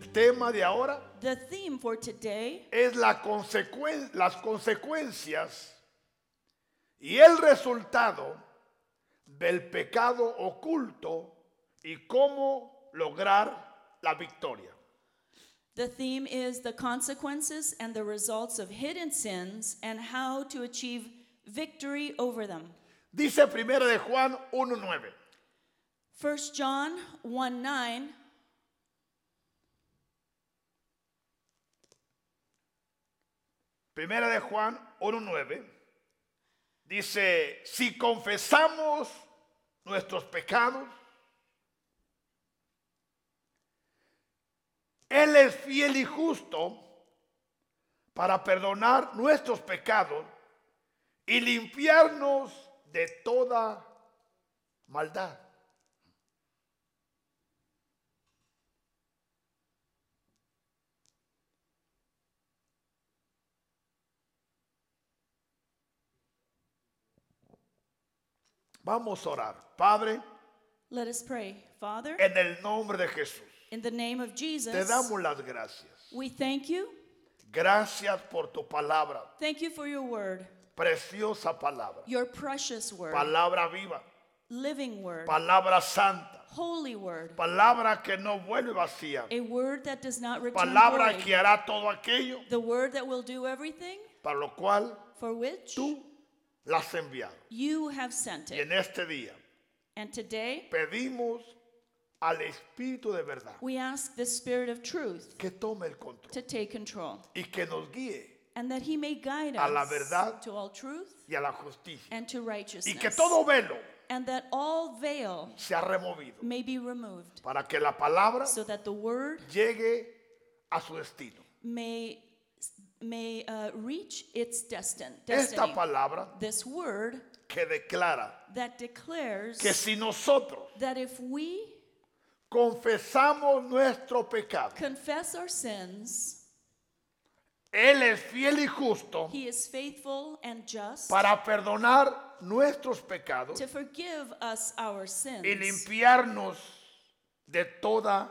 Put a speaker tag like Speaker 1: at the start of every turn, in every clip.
Speaker 1: El tema de ahora
Speaker 2: The theme for today
Speaker 1: es la consecuen- las consecuencias y el resultado del pecado oculto y cómo lograr la victoria.
Speaker 2: The theme is the consequences and the results of hidden sins and how to achieve victory over them.
Speaker 1: Dice primera de Juan 1:9.
Speaker 2: 1 John 1 9.
Speaker 1: Primera de Juan 1:9 dice, si confesamos nuestros pecados, Él es fiel y justo para perdonar nuestros pecados y limpiarnos de toda maldad. Vamos a orar. Padre,
Speaker 2: Let us pray. Father,
Speaker 1: en el nombre de Jesús,
Speaker 2: in the name of Jesus,
Speaker 1: te damos las gracias.
Speaker 2: we thank you.
Speaker 1: Gracias por tu palabra,
Speaker 2: Thank you for your word,
Speaker 1: preciosa palabra,
Speaker 2: your precious word,
Speaker 1: palabra viva,
Speaker 2: living word,
Speaker 1: palabra santa,
Speaker 2: holy word,
Speaker 1: palabra que no vuelve vacía,
Speaker 2: a word that does not return
Speaker 1: palabra
Speaker 2: void,
Speaker 1: que hará todo aquello
Speaker 2: the word that will do everything
Speaker 1: para lo cual
Speaker 2: for which
Speaker 1: tú la has enviado.
Speaker 2: you have sent
Speaker 1: Y
Speaker 2: it.
Speaker 1: en este día
Speaker 2: And today,
Speaker 1: pedimos al Espíritu de verdad
Speaker 2: we ask the Spirit of truth
Speaker 1: que tome el control
Speaker 2: to take control.
Speaker 1: y que nos guíe
Speaker 2: and that he may guide
Speaker 1: A la
Speaker 2: us
Speaker 1: verdad
Speaker 2: to all truth
Speaker 1: y a la justicia.
Speaker 2: and to righteousness,
Speaker 1: Y que todo velo
Speaker 2: and that all veil
Speaker 1: sea removido
Speaker 2: may be removed,
Speaker 1: para que la palabra
Speaker 2: so that the word
Speaker 1: llegue a su destino.
Speaker 2: may may uh, reach its destin- destiny.
Speaker 1: Esta palabra
Speaker 2: This word
Speaker 1: que declara
Speaker 2: that declares
Speaker 1: que si nosotros
Speaker 2: that if we
Speaker 1: confesamos nuestro pecado,
Speaker 2: confess our sins,
Speaker 1: Él es fiel y justo
Speaker 2: he is faithful and just
Speaker 1: para perdonar nuestros pecados
Speaker 2: to forgive us our sins
Speaker 1: y limpiarnos de toda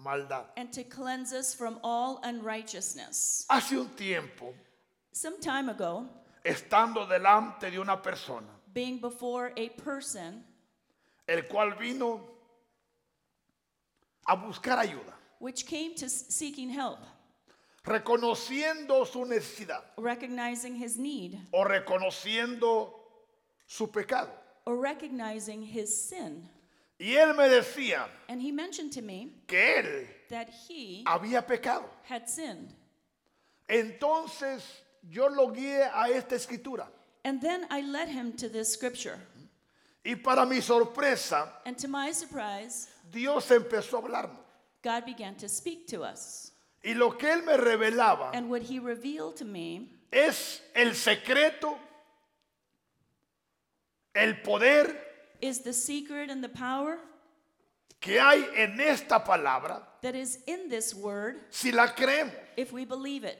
Speaker 1: maldad.
Speaker 2: and to cleanse us from all unrighteousness.
Speaker 1: Hace un tiempo,
Speaker 2: Some time ago,
Speaker 1: estando delante de una persona,
Speaker 2: being before a person,
Speaker 1: el cual vino a buscar ayuda,
Speaker 2: which came to s- seeking help,
Speaker 1: reconociendo su necesidad
Speaker 2: recognizing his need
Speaker 1: o reconociendo su pecado.
Speaker 2: or recognizing his sin.
Speaker 1: Y él me decía
Speaker 2: And he mentioned to me
Speaker 1: que él
Speaker 2: that he
Speaker 1: había pecado.
Speaker 2: had sinned.
Speaker 1: Entonces yo lo guié a esta escritura.
Speaker 2: And then I led him to this scripture.
Speaker 1: Y para mi sorpresa,
Speaker 2: And to my surprise,
Speaker 1: Dios empezó a hablarme.
Speaker 2: God began to speak to us.
Speaker 1: Y lo que él me revelaba
Speaker 2: And what he revealed to me
Speaker 1: es el secreto, el poder
Speaker 2: is the secret and the power
Speaker 1: que hay en esta palabra
Speaker 2: that is in this word
Speaker 1: si la creemos.
Speaker 2: if we believe it.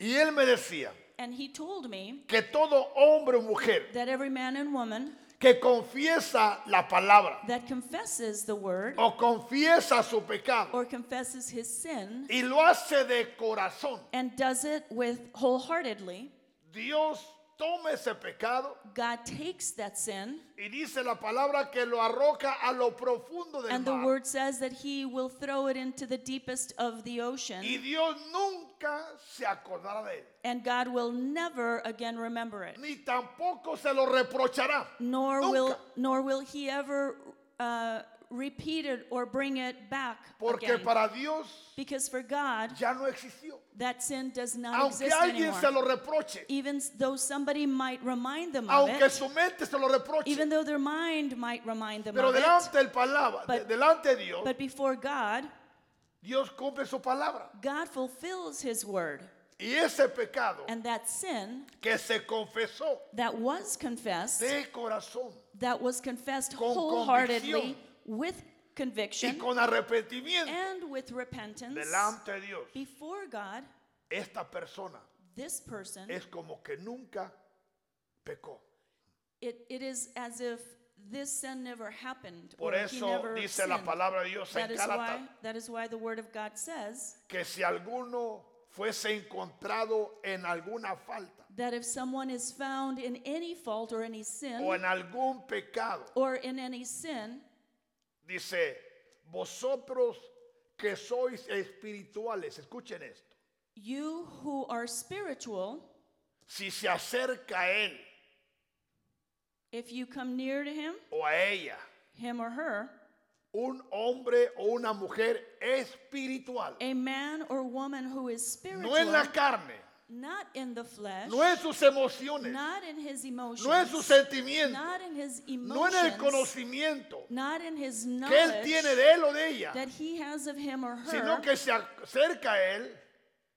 Speaker 1: Y él me decía
Speaker 2: And he told me
Speaker 1: que todo hombre o mujer
Speaker 2: that every man and woman
Speaker 1: que confiesa la palabra
Speaker 2: that confesses the word
Speaker 1: o confiesa su pecado
Speaker 2: or confesses his sin
Speaker 1: y lo hace de corazón,
Speaker 2: and does it with wholeheartedly,
Speaker 1: Dios toma ese pecado
Speaker 2: God takes that sin,
Speaker 1: Y dice la palabra que lo arroja a lo profundo del
Speaker 2: and the
Speaker 1: mar.
Speaker 2: word says that he will throw it into the deepest of the
Speaker 1: Y
Speaker 2: ocean,
Speaker 1: Dios nunca se acordará de él,
Speaker 2: and God will never again remember it.
Speaker 1: ni tampoco se lo reprochará.
Speaker 2: Nor will
Speaker 1: Nunca.
Speaker 2: nor will he ever uh, repeat it or bring it back
Speaker 1: Porque
Speaker 2: again.
Speaker 1: para Dios
Speaker 2: Because for God,
Speaker 1: ya no existió.
Speaker 2: that sin does not
Speaker 1: Aunque
Speaker 2: exist
Speaker 1: alguien se
Speaker 2: anymore.
Speaker 1: lo reproche,
Speaker 2: Even though somebody might remind them of
Speaker 1: aunque
Speaker 2: it,
Speaker 1: su mente se lo reproche,
Speaker 2: even though their mind might remind them
Speaker 1: pero
Speaker 2: of it,
Speaker 1: delante del palabra, de-
Speaker 2: But-
Speaker 1: delante de Dios,
Speaker 2: But before God,
Speaker 1: Dios cumple su palabra.
Speaker 2: God fulfills his word.
Speaker 1: Y ese pecado
Speaker 2: And that sin
Speaker 1: que se confesó
Speaker 2: that was confessed,
Speaker 1: de corazón
Speaker 2: that was confessed
Speaker 1: Con
Speaker 2: wholeheartedly
Speaker 1: convicción.
Speaker 2: with
Speaker 1: y
Speaker 2: conviction
Speaker 1: con arrepentimiento
Speaker 2: and with repentance
Speaker 1: delante de Dios,
Speaker 2: before God,
Speaker 1: esta persona
Speaker 2: this person,
Speaker 1: es como que nunca pecó.
Speaker 2: it, it is as if this sin never happened.
Speaker 1: Por
Speaker 2: or he
Speaker 1: eso
Speaker 2: never
Speaker 1: dice la
Speaker 2: sinned.
Speaker 1: palabra de Dios en
Speaker 2: That is why,
Speaker 1: Gálatas
Speaker 2: that is why the word of God says
Speaker 1: que si alguno fuese encontrado en alguna falta
Speaker 2: that if someone is found in any fault or any
Speaker 1: o
Speaker 2: sin
Speaker 1: en algún pecado,
Speaker 2: or in any sin,
Speaker 1: dice, vosotros que sois espirituales, escuchen esto,
Speaker 2: you who are spiritual,
Speaker 1: si se acerca a él
Speaker 2: if you come near to him,
Speaker 1: o a ella,
Speaker 2: him or her,
Speaker 1: un hombre o una mujer espiritual,
Speaker 2: a man or woman who is spiritual,
Speaker 1: no en la carne,
Speaker 2: not in the flesh,
Speaker 1: no en sus emociones,
Speaker 2: not in his emotions,
Speaker 1: no en sus sentimientos,
Speaker 2: not in his
Speaker 1: no
Speaker 2: emotions,
Speaker 1: en el conocimiento
Speaker 2: not in his knowledge
Speaker 1: que él tiene de él o de ella,
Speaker 2: that he has of him or her,
Speaker 1: sino que se acerca a él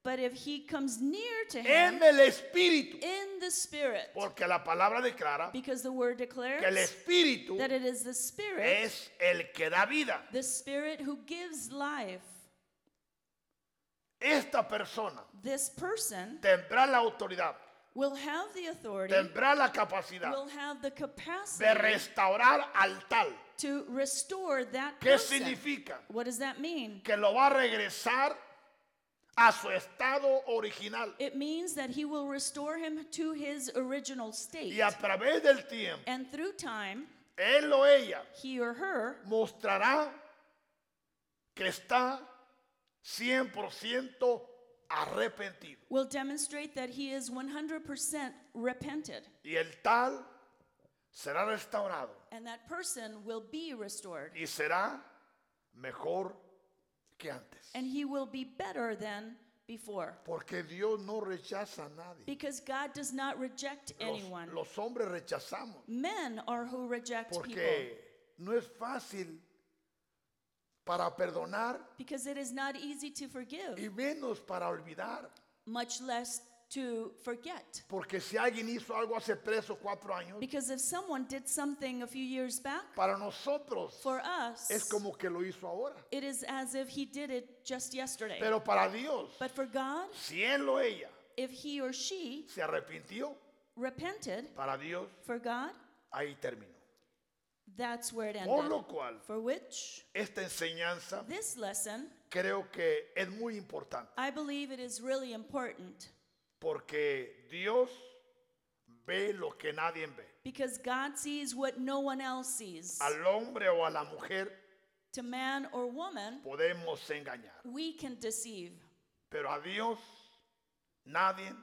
Speaker 2: but if he comes near to him
Speaker 1: en el espíritu,
Speaker 2: in the spirit,
Speaker 1: porque la palabra declara
Speaker 2: because the word
Speaker 1: que el
Speaker 2: declares
Speaker 1: espíritu
Speaker 2: that it is the spirit,
Speaker 1: es el que da vida.
Speaker 2: the spirit who gives life.
Speaker 1: Esta persona
Speaker 2: This person
Speaker 1: tendrá la autoridad,
Speaker 2: will have the authority,
Speaker 1: tendrá la capacidad
Speaker 2: will have the
Speaker 1: de
Speaker 2: capacity
Speaker 1: restaurar al tal.
Speaker 2: to restore that
Speaker 1: ¿Qué
Speaker 2: person.
Speaker 1: significa?
Speaker 2: What does that mean?
Speaker 1: Que lo va a regresar a su estado original
Speaker 2: It means that he will restore him to his original state.
Speaker 1: y a través del tiempo,
Speaker 2: And through time,
Speaker 1: él o ella
Speaker 2: he or her
Speaker 1: mostrará que está 100% arrepentido.
Speaker 2: will demonstrate that he is 100% repented,
Speaker 1: Y el tal será restaurado
Speaker 2: and that person will be restored,
Speaker 1: y será mejor que antes.
Speaker 2: and he will be better than before.
Speaker 1: Porque Dios no rechaza a nadie.
Speaker 2: Because God does not reject anyone.
Speaker 1: Los, los hombres rechazamos
Speaker 2: Men are who reject people.
Speaker 1: porque no es fácil para perdonar
Speaker 2: Because it is not easy to forgive,
Speaker 1: y menos para olvidar.
Speaker 2: much less to forget.
Speaker 1: Porque si alguien hizo algo hace tres o cuatro años,
Speaker 2: Because if someone did something a few years back,
Speaker 1: para nosotros
Speaker 2: for us,
Speaker 1: es como que lo hizo ahora.
Speaker 2: it is as if he did it just yesterday.
Speaker 1: Pero para Dios,
Speaker 2: but for God,
Speaker 1: si él o ella
Speaker 2: if he or she
Speaker 1: se arrepintió,
Speaker 2: repented,
Speaker 1: para Dios
Speaker 2: for God,
Speaker 1: ahí terminó.
Speaker 2: that's where it
Speaker 1: Por
Speaker 2: ended.
Speaker 1: lo cual,
Speaker 2: For which,
Speaker 1: esta enseñanza
Speaker 2: this lesson,
Speaker 1: creo que es muy importante.
Speaker 2: I believe it is really important
Speaker 1: Porque Dios ve lo que nadie ve.
Speaker 2: because God sees what no one else sees.
Speaker 1: Al hombre o a la mujer
Speaker 2: To man or woman,
Speaker 1: podemos engañar,
Speaker 2: we can deceive,
Speaker 1: pero a Dios nadie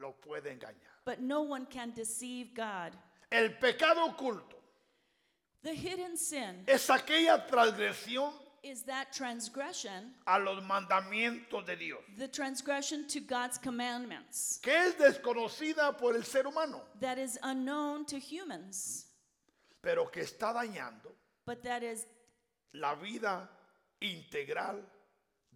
Speaker 1: lo puede engañar.
Speaker 2: but no one can deceive God.
Speaker 1: El pecado oculto
Speaker 2: The hidden sin
Speaker 1: es aquella transgresión
Speaker 2: is that transgression,
Speaker 1: a los mandamientos de Dios,
Speaker 2: the transgression to God's commandments,
Speaker 1: que es desconocida por el ser humano,
Speaker 2: that is unknown to humans,
Speaker 1: pero que está dañando
Speaker 2: but that is
Speaker 1: la vida integral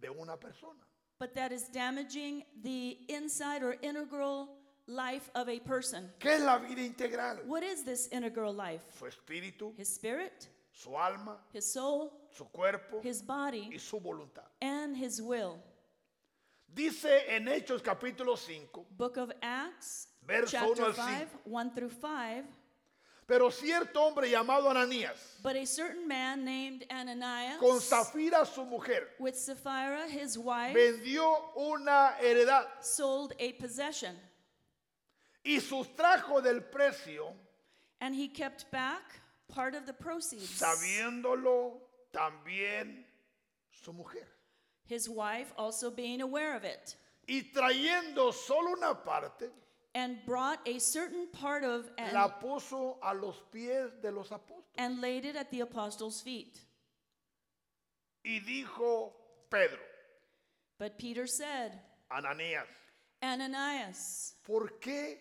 Speaker 1: de una persona.
Speaker 2: but that is damaging the inside or integral life of a person.
Speaker 1: ¿Qué es la vida integral?
Speaker 2: What is this integral life?
Speaker 1: Su espíritu,
Speaker 2: His spirit,
Speaker 1: su alma,
Speaker 2: his soul,
Speaker 1: su cuerpo
Speaker 2: his
Speaker 1: y
Speaker 2: body,
Speaker 1: su voluntad.
Speaker 2: and his will.
Speaker 1: Dice en Hechos capítulo 5,
Speaker 2: Book of Acts,
Speaker 1: Verso uno
Speaker 2: chapter
Speaker 1: al
Speaker 2: 5,
Speaker 1: cinco.
Speaker 2: 1 through 5.
Speaker 1: pero cierto hombre llamado Ananías,
Speaker 2: But a certain man named Ananias,
Speaker 1: con Zafira su mujer,
Speaker 2: with Sapphira his wife,
Speaker 1: vendió una heredad
Speaker 2: sold a possession,
Speaker 1: y sustrajo del precio,
Speaker 2: and he kept back part of the proceeds.
Speaker 1: sabiéndolo también su mujer.
Speaker 2: His wife also being aware of it.
Speaker 1: Y trayendo solo una parte,
Speaker 2: and brought a certain part of and,
Speaker 1: la puso a los pies de los apóstoles.
Speaker 2: and laid it at the apostles' feet.
Speaker 1: Y dijo Pedro,
Speaker 2: But Peter said,
Speaker 1: Ananías,
Speaker 2: Ananias,
Speaker 1: ¿Por qué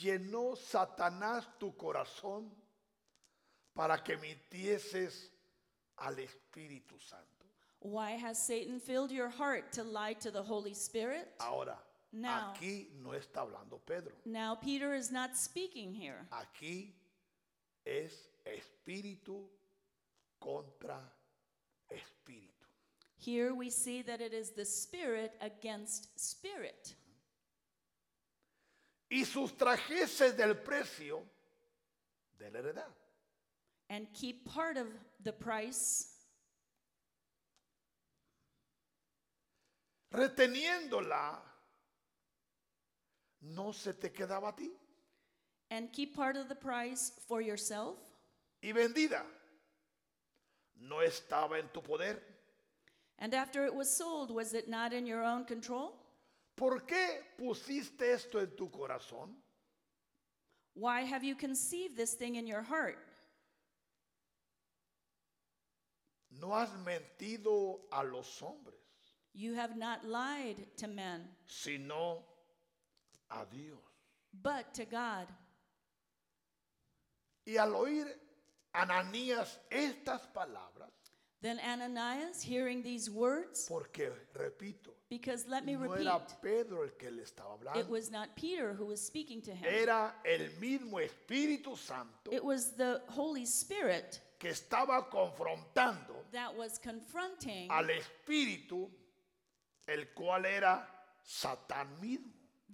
Speaker 1: llenó Satanás tu corazón para que mintieses al Espíritu Santo?
Speaker 2: why has Satan filled your heart to lie to the Holy Spirit?
Speaker 1: Ahora,
Speaker 2: Now.
Speaker 1: aquí no está hablando Pedro.
Speaker 2: Now, Peter is not speaking here.
Speaker 1: Aquí es espíritu contra espíritu.
Speaker 2: Here we see that it is the spirit against spirit.
Speaker 1: Y sustrajeses del precio de la heredad.
Speaker 2: and keep part of the price,
Speaker 1: reteniéndola, no se te quedaba a ti.
Speaker 2: and keep part of the price for yourself,
Speaker 1: Y vendida, no estaba en tu poder.
Speaker 2: and after it was sold, was it not in your own control?
Speaker 1: ¿Por qué pusiste esto en tu corazón?
Speaker 2: Why have you conceived this thing in your heart?
Speaker 1: No has mentido a los hombres,
Speaker 2: You have not lied to men,
Speaker 1: sino a Dios.
Speaker 2: but to God.
Speaker 1: Y al oír Ananías estas palabras,
Speaker 2: Then Ananias, hearing these words,
Speaker 1: porque repito,
Speaker 2: because let me
Speaker 1: no
Speaker 2: repeat,
Speaker 1: era Pedro el que le estaba
Speaker 2: it
Speaker 1: hablando,
Speaker 2: was not Peter who was speaking to him.
Speaker 1: era el mismo Espíritu Santo
Speaker 2: It was the Holy Spirit
Speaker 1: que estaba confrontando
Speaker 2: that was confronting
Speaker 1: al espíritu, el cual era Satán mismo.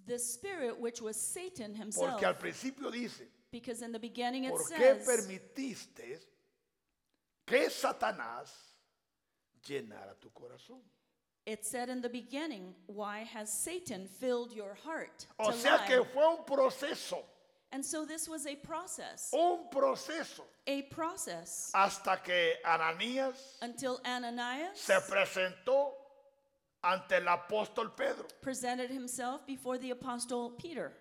Speaker 2: the spirit which was Satan himself.
Speaker 1: Porque al principio dice,
Speaker 2: Because in the beginning it
Speaker 1: ¿por qué
Speaker 2: says,
Speaker 1: permitiste que Satanás llenara tu corazón?
Speaker 2: it said in the beginning, why has Satan filled your heart
Speaker 1: O
Speaker 2: to
Speaker 1: sea
Speaker 2: lie?
Speaker 1: que fue un proceso,
Speaker 2: And so this was a process,
Speaker 1: un proceso,
Speaker 2: a process
Speaker 1: hasta que Ananías
Speaker 2: until Ananias
Speaker 1: se presentó ante el apóstol Pedro.
Speaker 2: presented himself before the apostle Peter.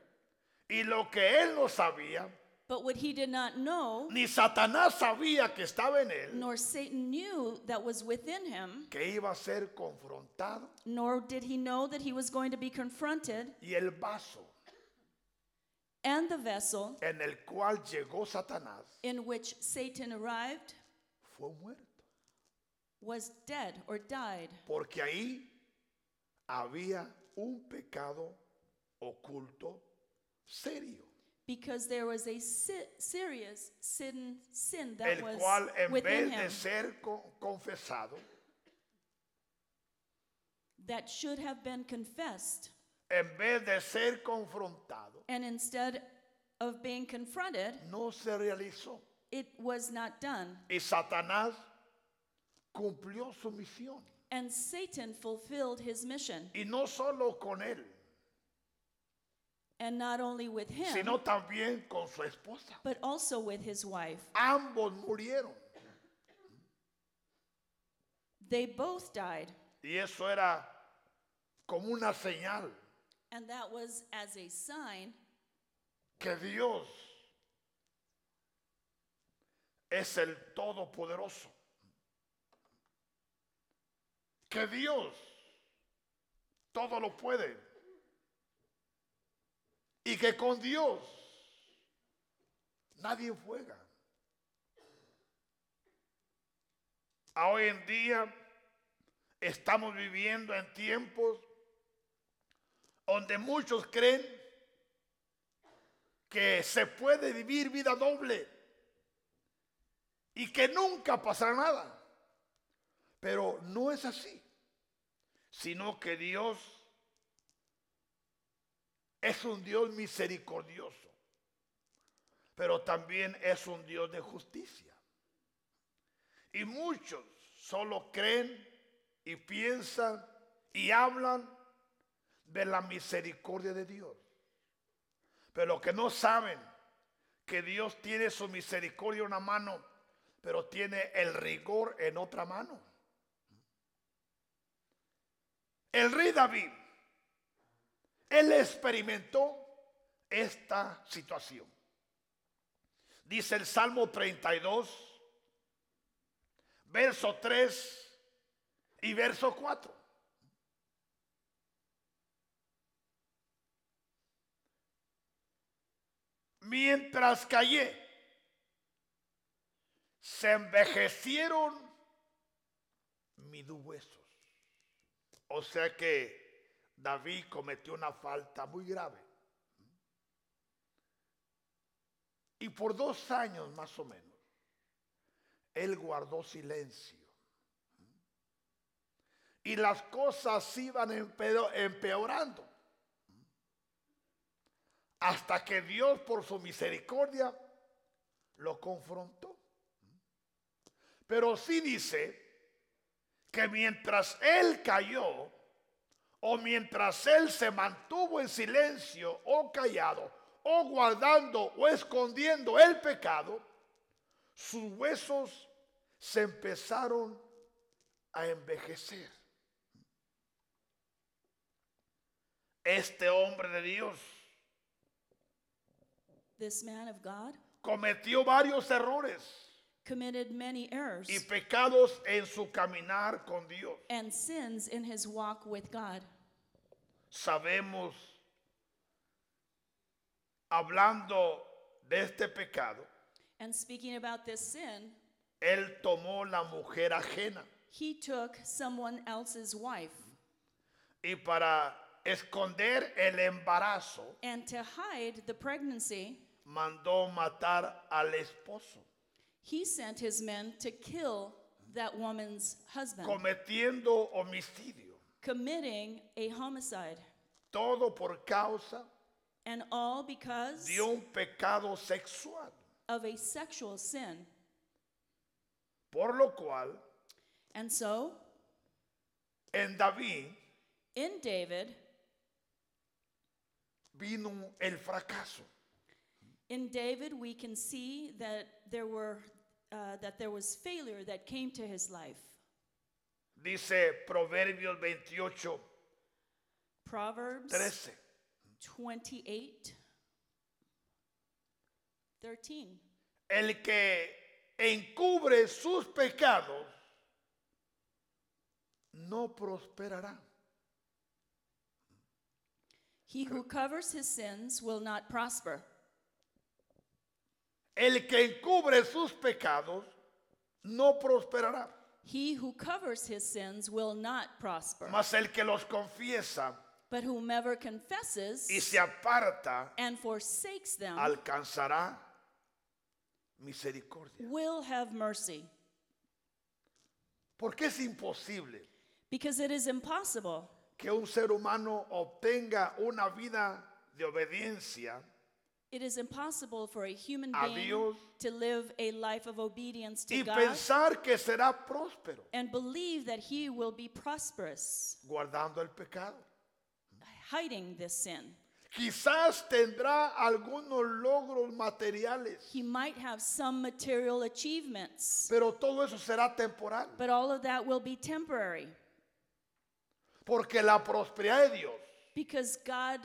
Speaker 1: Y lo que él no sabía,
Speaker 2: But what he did not know,
Speaker 1: ni Satanás sabía que estaba en él,
Speaker 2: nor Satan knew that was within him,
Speaker 1: que iba a ser confrontado
Speaker 2: nor did he know that he was going to be confronted,
Speaker 1: y el vaso
Speaker 2: and the vessel
Speaker 1: en el cual llegó Satanás
Speaker 2: in which Satan arrived
Speaker 1: fue muerto,
Speaker 2: was dead or died.
Speaker 1: porque ahí había un pecado oculto serio,
Speaker 2: Because there was a si- serious sin, sin that
Speaker 1: el
Speaker 2: was
Speaker 1: cual en
Speaker 2: within
Speaker 1: vez
Speaker 2: him
Speaker 1: de ser co- confesado,
Speaker 2: that should have been confessed.
Speaker 1: en vez de ser confrontado,
Speaker 2: And instead of being confronted,
Speaker 1: no se realizó.
Speaker 2: it was not done.
Speaker 1: Y Satanás cumplió su misión,
Speaker 2: And Satan fulfilled his mission.
Speaker 1: y no solo con él,
Speaker 2: And not only with him,
Speaker 1: sino también con su esposa.
Speaker 2: but also with his wife.
Speaker 1: Ambos murieron.
Speaker 2: They both died.
Speaker 1: Y eso era como una señal
Speaker 2: And that was as a sign
Speaker 1: que Dios es el Todopoderoso. Que Dios todo lo puede. Y que con Dios nadie juega. A hoy en día estamos viviendo en tiempos donde muchos creen que se puede vivir vida doble y que nunca pasará nada. Pero no es así, sino que Dios es un Dios misericordioso, pero también es un Dios de justicia. Y muchos solo creen y piensan y hablan de la misericordia de Dios. Pero los que no saben que Dios tiene su misericordia en una mano, pero tiene el rigor en otra mano. El rey David, él experimentó esta situación. Dice el Salmo 32, verso 3 y verso 4. mientras callé, se envejecieron mis huesos. O sea que David cometió una falta muy grave. Y por dos años más o menos, él guardó silencio. Y las cosas iban empeor- empeorando hasta que Dios por su misericordia lo confrontó. Pero sí dice que mientras él cayó o mientras él se mantuvo en silencio o callado o guardando o escondiendo el pecado, sus huesos se empezaron a envejecer. Este hombre de Dios
Speaker 2: This man of God
Speaker 1: cometió varios errores
Speaker 2: committed many errors
Speaker 1: y pecados en su caminar con Dios.
Speaker 2: and sins in his walk with God.
Speaker 1: Sabemos, hablando de este pecado,
Speaker 2: And speaking about this sin,
Speaker 1: él tomó la mujer ajena
Speaker 2: he took someone else's wife.
Speaker 1: y para esconder el embarazo
Speaker 2: And to hide the pregnancy,
Speaker 1: mandó matar al esposo,
Speaker 2: he sent his men to kill that woman's husband,
Speaker 1: cometiendo homicidio,
Speaker 2: committing a homicide.
Speaker 1: todo por causa
Speaker 2: And all because
Speaker 1: de un pecado sexual,
Speaker 2: of a sexual sin.
Speaker 1: por lo cual
Speaker 2: And so,
Speaker 1: en David
Speaker 2: in David,
Speaker 1: vino el fracaso.
Speaker 2: in David, we can see that there were uh, that there was failure that came to his life.
Speaker 1: Dice Proverbios 28,
Speaker 2: Proverbs
Speaker 1: 13.
Speaker 2: 28 13
Speaker 1: El que encubre sus pecados no prosperará.
Speaker 2: He who covers his sins will not prosper.
Speaker 1: El que encubre sus pecados no prosperará.
Speaker 2: He who covers his sins will not prosper.
Speaker 1: Mas el que los confiesa
Speaker 2: But whomever
Speaker 1: y
Speaker 2: confesses
Speaker 1: se aparta
Speaker 2: and forsakes them
Speaker 1: alcanzará misericordia.
Speaker 2: will have mercy,
Speaker 1: Porque es imposible
Speaker 2: because it is impossible
Speaker 1: que un ser humano obtenga una vida de obediencia
Speaker 2: It is impossible for a human
Speaker 1: a
Speaker 2: being
Speaker 1: Dios
Speaker 2: to live a life of obedience to
Speaker 1: y
Speaker 2: God
Speaker 1: pensar que será próspero
Speaker 2: and believe that he will be prosperous,
Speaker 1: guardando el pecado.
Speaker 2: hiding this sin.
Speaker 1: Quizás tendrá algunos logros materiales,
Speaker 2: He might have some material achievements,
Speaker 1: pero todo eso será temporal.
Speaker 2: but all of that will be temporary
Speaker 1: Porque la prosperidad de Dios
Speaker 2: because God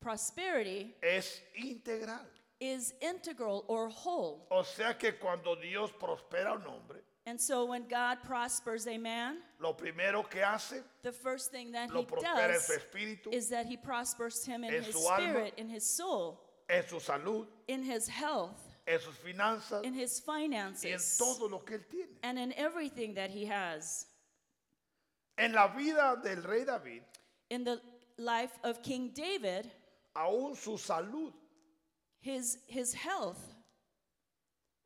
Speaker 2: prosperity
Speaker 1: es integral.
Speaker 2: is integral or whole.
Speaker 1: O sea que cuando Dios prospera a un hombre,
Speaker 2: And so when God prospers a man,
Speaker 1: lo primero que hace,
Speaker 2: the first thing that
Speaker 1: lo
Speaker 2: he
Speaker 1: prospera en su
Speaker 2: does
Speaker 1: espíritu,
Speaker 2: is that he prospers him in
Speaker 1: en
Speaker 2: his
Speaker 1: su alma,
Speaker 2: spirit, in his soul,
Speaker 1: en su salud,
Speaker 2: in his health.
Speaker 1: en sus finanzas
Speaker 2: in his
Speaker 1: y en
Speaker 2: finances
Speaker 1: todo lo que él tiene.
Speaker 2: and in everything that he has.
Speaker 1: En la vida del rey David,
Speaker 2: In the life of King David,
Speaker 1: aún su salud
Speaker 2: his, his health,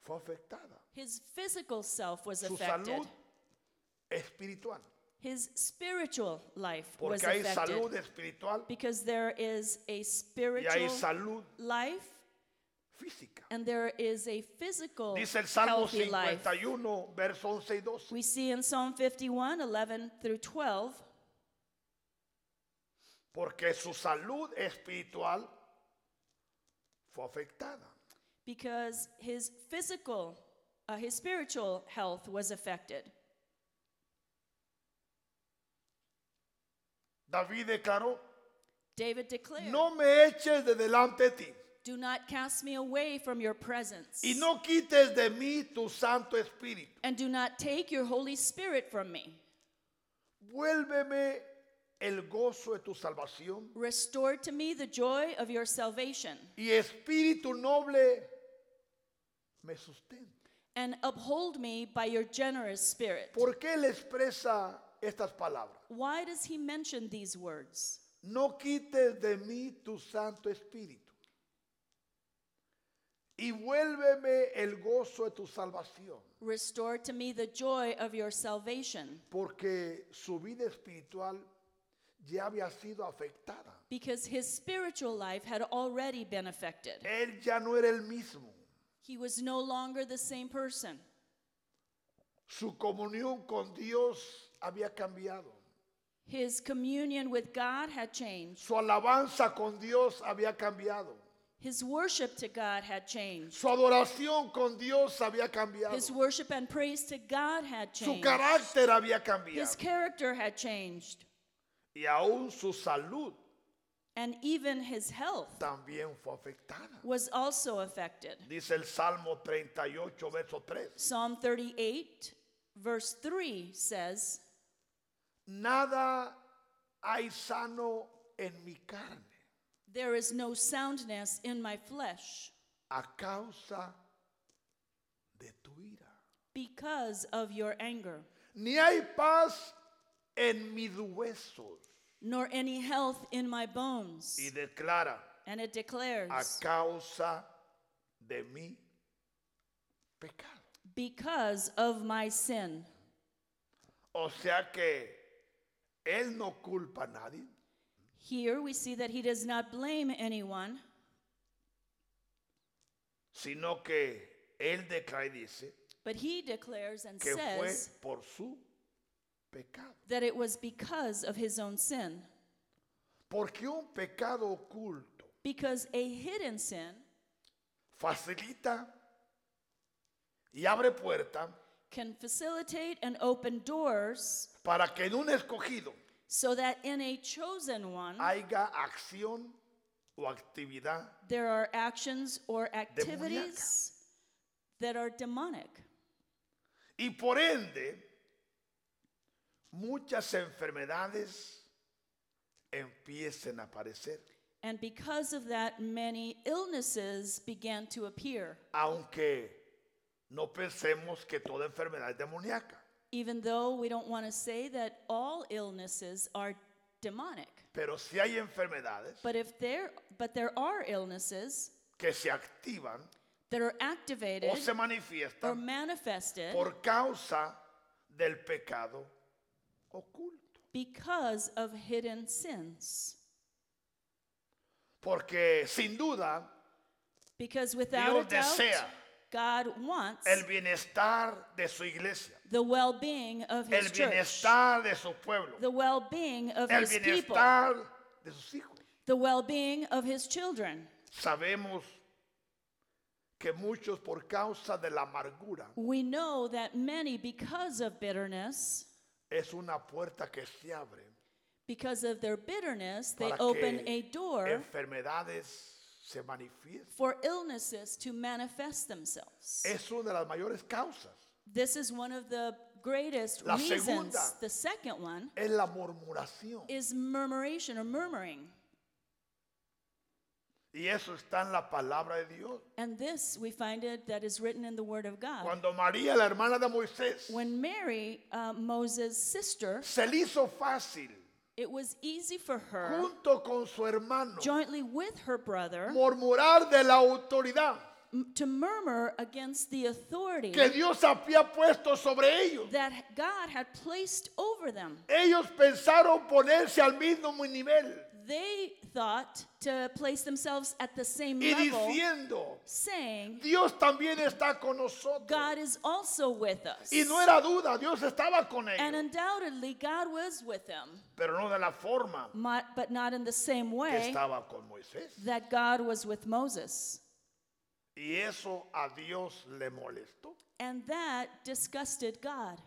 Speaker 1: fue afectada.
Speaker 2: his physical self was
Speaker 1: Su
Speaker 2: affected.
Speaker 1: salud espiritual.
Speaker 2: His spiritual life was
Speaker 1: Porque hay salud
Speaker 2: affected
Speaker 1: espiritual
Speaker 2: because there is a
Speaker 1: y hay
Speaker 2: spiritual
Speaker 1: salud
Speaker 2: life
Speaker 1: física.
Speaker 2: and there is a physical
Speaker 1: Dice el Salmo
Speaker 2: healthy life.
Speaker 1: 51, verso 11 y 12.
Speaker 2: We see in Psalm 51, 11 through 12,
Speaker 1: Porque su salud espiritual fue afectada.
Speaker 2: because his physical, uh, his spiritual health was affected.
Speaker 1: David declaró,
Speaker 2: David declared,
Speaker 1: no me eches de delante de ti
Speaker 2: Do not cast me away from your presence.
Speaker 1: y no quites de mí tu santo espíritu.
Speaker 2: And do not take your Holy Spirit from me.
Speaker 1: Vuélveme el gozo de tu salvación
Speaker 2: Restore to me the joy of your salvation
Speaker 1: y espíritu noble me sustenta.
Speaker 2: and uphold me by your generous spirit.
Speaker 1: ¿Por qué él expresa estas palabras?
Speaker 2: Why does he mention these words?
Speaker 1: No quites de mí tu Santo Espíritu. Y vuélveme el gozo de tu salvación.
Speaker 2: Restore to me the joy of your salvation
Speaker 1: Porque su vida espiritual ya había sido afectada.
Speaker 2: because his spiritual life had already been affected.
Speaker 1: Él ya no era el mismo.
Speaker 2: He was no longer the same person.
Speaker 1: Su comunión con Dios había cambiado.
Speaker 2: His communion with God had changed.
Speaker 1: Su alabanza con Dios había cambiado.
Speaker 2: His worship to God had changed.
Speaker 1: Su adoración con Dios había cambiado.
Speaker 2: His worship and praise to God had
Speaker 1: Su
Speaker 2: changed.
Speaker 1: carácter había
Speaker 2: His
Speaker 1: cambiado.
Speaker 2: character had changed.
Speaker 1: Y aún su salud
Speaker 2: And even his health
Speaker 1: también fue afectada.
Speaker 2: was also affected.
Speaker 1: Dice el Salmo 38, verso 3.
Speaker 2: Psalm 38, verse 3 says,
Speaker 1: Nada hay sano en mi carne
Speaker 2: There is no soundness in my flesh
Speaker 1: a causa de tu ira.
Speaker 2: because of your anger,
Speaker 1: Ni hay paz en mis huesos.
Speaker 2: nor any health in my bones.
Speaker 1: Y declara,
Speaker 2: And it
Speaker 1: a
Speaker 2: declares,
Speaker 1: causa de mi pecado.
Speaker 2: Because of my sin.
Speaker 1: O sea que Él no culpa a nadie.
Speaker 2: Here we see that he does not blame anyone,
Speaker 1: sino que él declara y dice
Speaker 2: but he declares and
Speaker 1: que fue
Speaker 2: says
Speaker 1: por su pecado.
Speaker 2: that it was because of his own sin.
Speaker 1: Porque un pecado oculto
Speaker 2: Because a hidden sin
Speaker 1: facilita y abre puerta
Speaker 2: can facilitate and open doors
Speaker 1: para que en un escogido
Speaker 2: so that in a chosen one,
Speaker 1: haya acción o actividad
Speaker 2: there are actions or activities that are demonic.
Speaker 1: y por ende muchas enfermedades empiecen a aparecer,
Speaker 2: And because of that, many illnesses began to appear,
Speaker 1: aunque no pensemos que toda enfermedad es demoníaca.
Speaker 2: even though we don't want to say that all illnesses are demonic.
Speaker 1: Pero si hay enfermedades
Speaker 2: But if there but there are illnesses
Speaker 1: que se activan
Speaker 2: that are
Speaker 1: o
Speaker 2: activated
Speaker 1: se
Speaker 2: or
Speaker 1: manifiestan
Speaker 2: manifested
Speaker 1: por causa del pecado oculto.
Speaker 2: because of hidden sins.
Speaker 1: Porque sin duda
Speaker 2: Because without a
Speaker 1: Dios
Speaker 2: doubt,
Speaker 1: desea
Speaker 2: God wants
Speaker 1: el bienestar de su iglesia,
Speaker 2: the well-being of
Speaker 1: el
Speaker 2: his church,
Speaker 1: bienestar de su pueblo,
Speaker 2: the well-being of
Speaker 1: el
Speaker 2: his people,
Speaker 1: bienestar de sus hijos.
Speaker 2: the well-being of his children.
Speaker 1: Sabemos que muchos por causa de la amargura
Speaker 2: We know that many, because of bitterness,
Speaker 1: es una puerta que se abre
Speaker 2: because of their bitterness, they
Speaker 1: para
Speaker 2: open
Speaker 1: que
Speaker 2: a door
Speaker 1: enfermedades se manifiesten.
Speaker 2: for illnesses to manifest themselves.
Speaker 1: es una de las mayores causas.
Speaker 2: This is one of the greatest
Speaker 1: La
Speaker 2: reasons.
Speaker 1: segunda.
Speaker 2: The second one
Speaker 1: Es la murmuración.
Speaker 2: is murmuration or murmuring.
Speaker 1: Y eso está en la palabra de Dios.
Speaker 2: And this we find it that is written in the Word of God.
Speaker 1: Cuando María, la hermana de Moisés,
Speaker 2: When Mary, uh, Moses' sister,
Speaker 1: se le hizo fácil,
Speaker 2: it was easy for her,
Speaker 1: junto con su hermano,
Speaker 2: jointly with her brother,
Speaker 1: murmurar de la autoridad
Speaker 2: m- to murmur against the authority
Speaker 1: que Dios había puesto sobre ellos.
Speaker 2: that God had placed over them.
Speaker 1: Ellos pensaron ponerse al mismo nivel
Speaker 2: They thought to place themselves at the same
Speaker 1: y
Speaker 2: level,
Speaker 1: diciendo,
Speaker 2: saying,
Speaker 1: Dios también está con nosotros.
Speaker 2: God is also with us.
Speaker 1: Y no era duda, Dios estaba con
Speaker 2: And
Speaker 1: ellos,
Speaker 2: undoubtedly, God was with them,
Speaker 1: pero no de la forma
Speaker 2: mo- but not in the same
Speaker 1: que
Speaker 2: way
Speaker 1: estaba con Moisés.
Speaker 2: that God was with Moses.
Speaker 1: Y eso a Dios le molestó.
Speaker 2: And that disgusted God.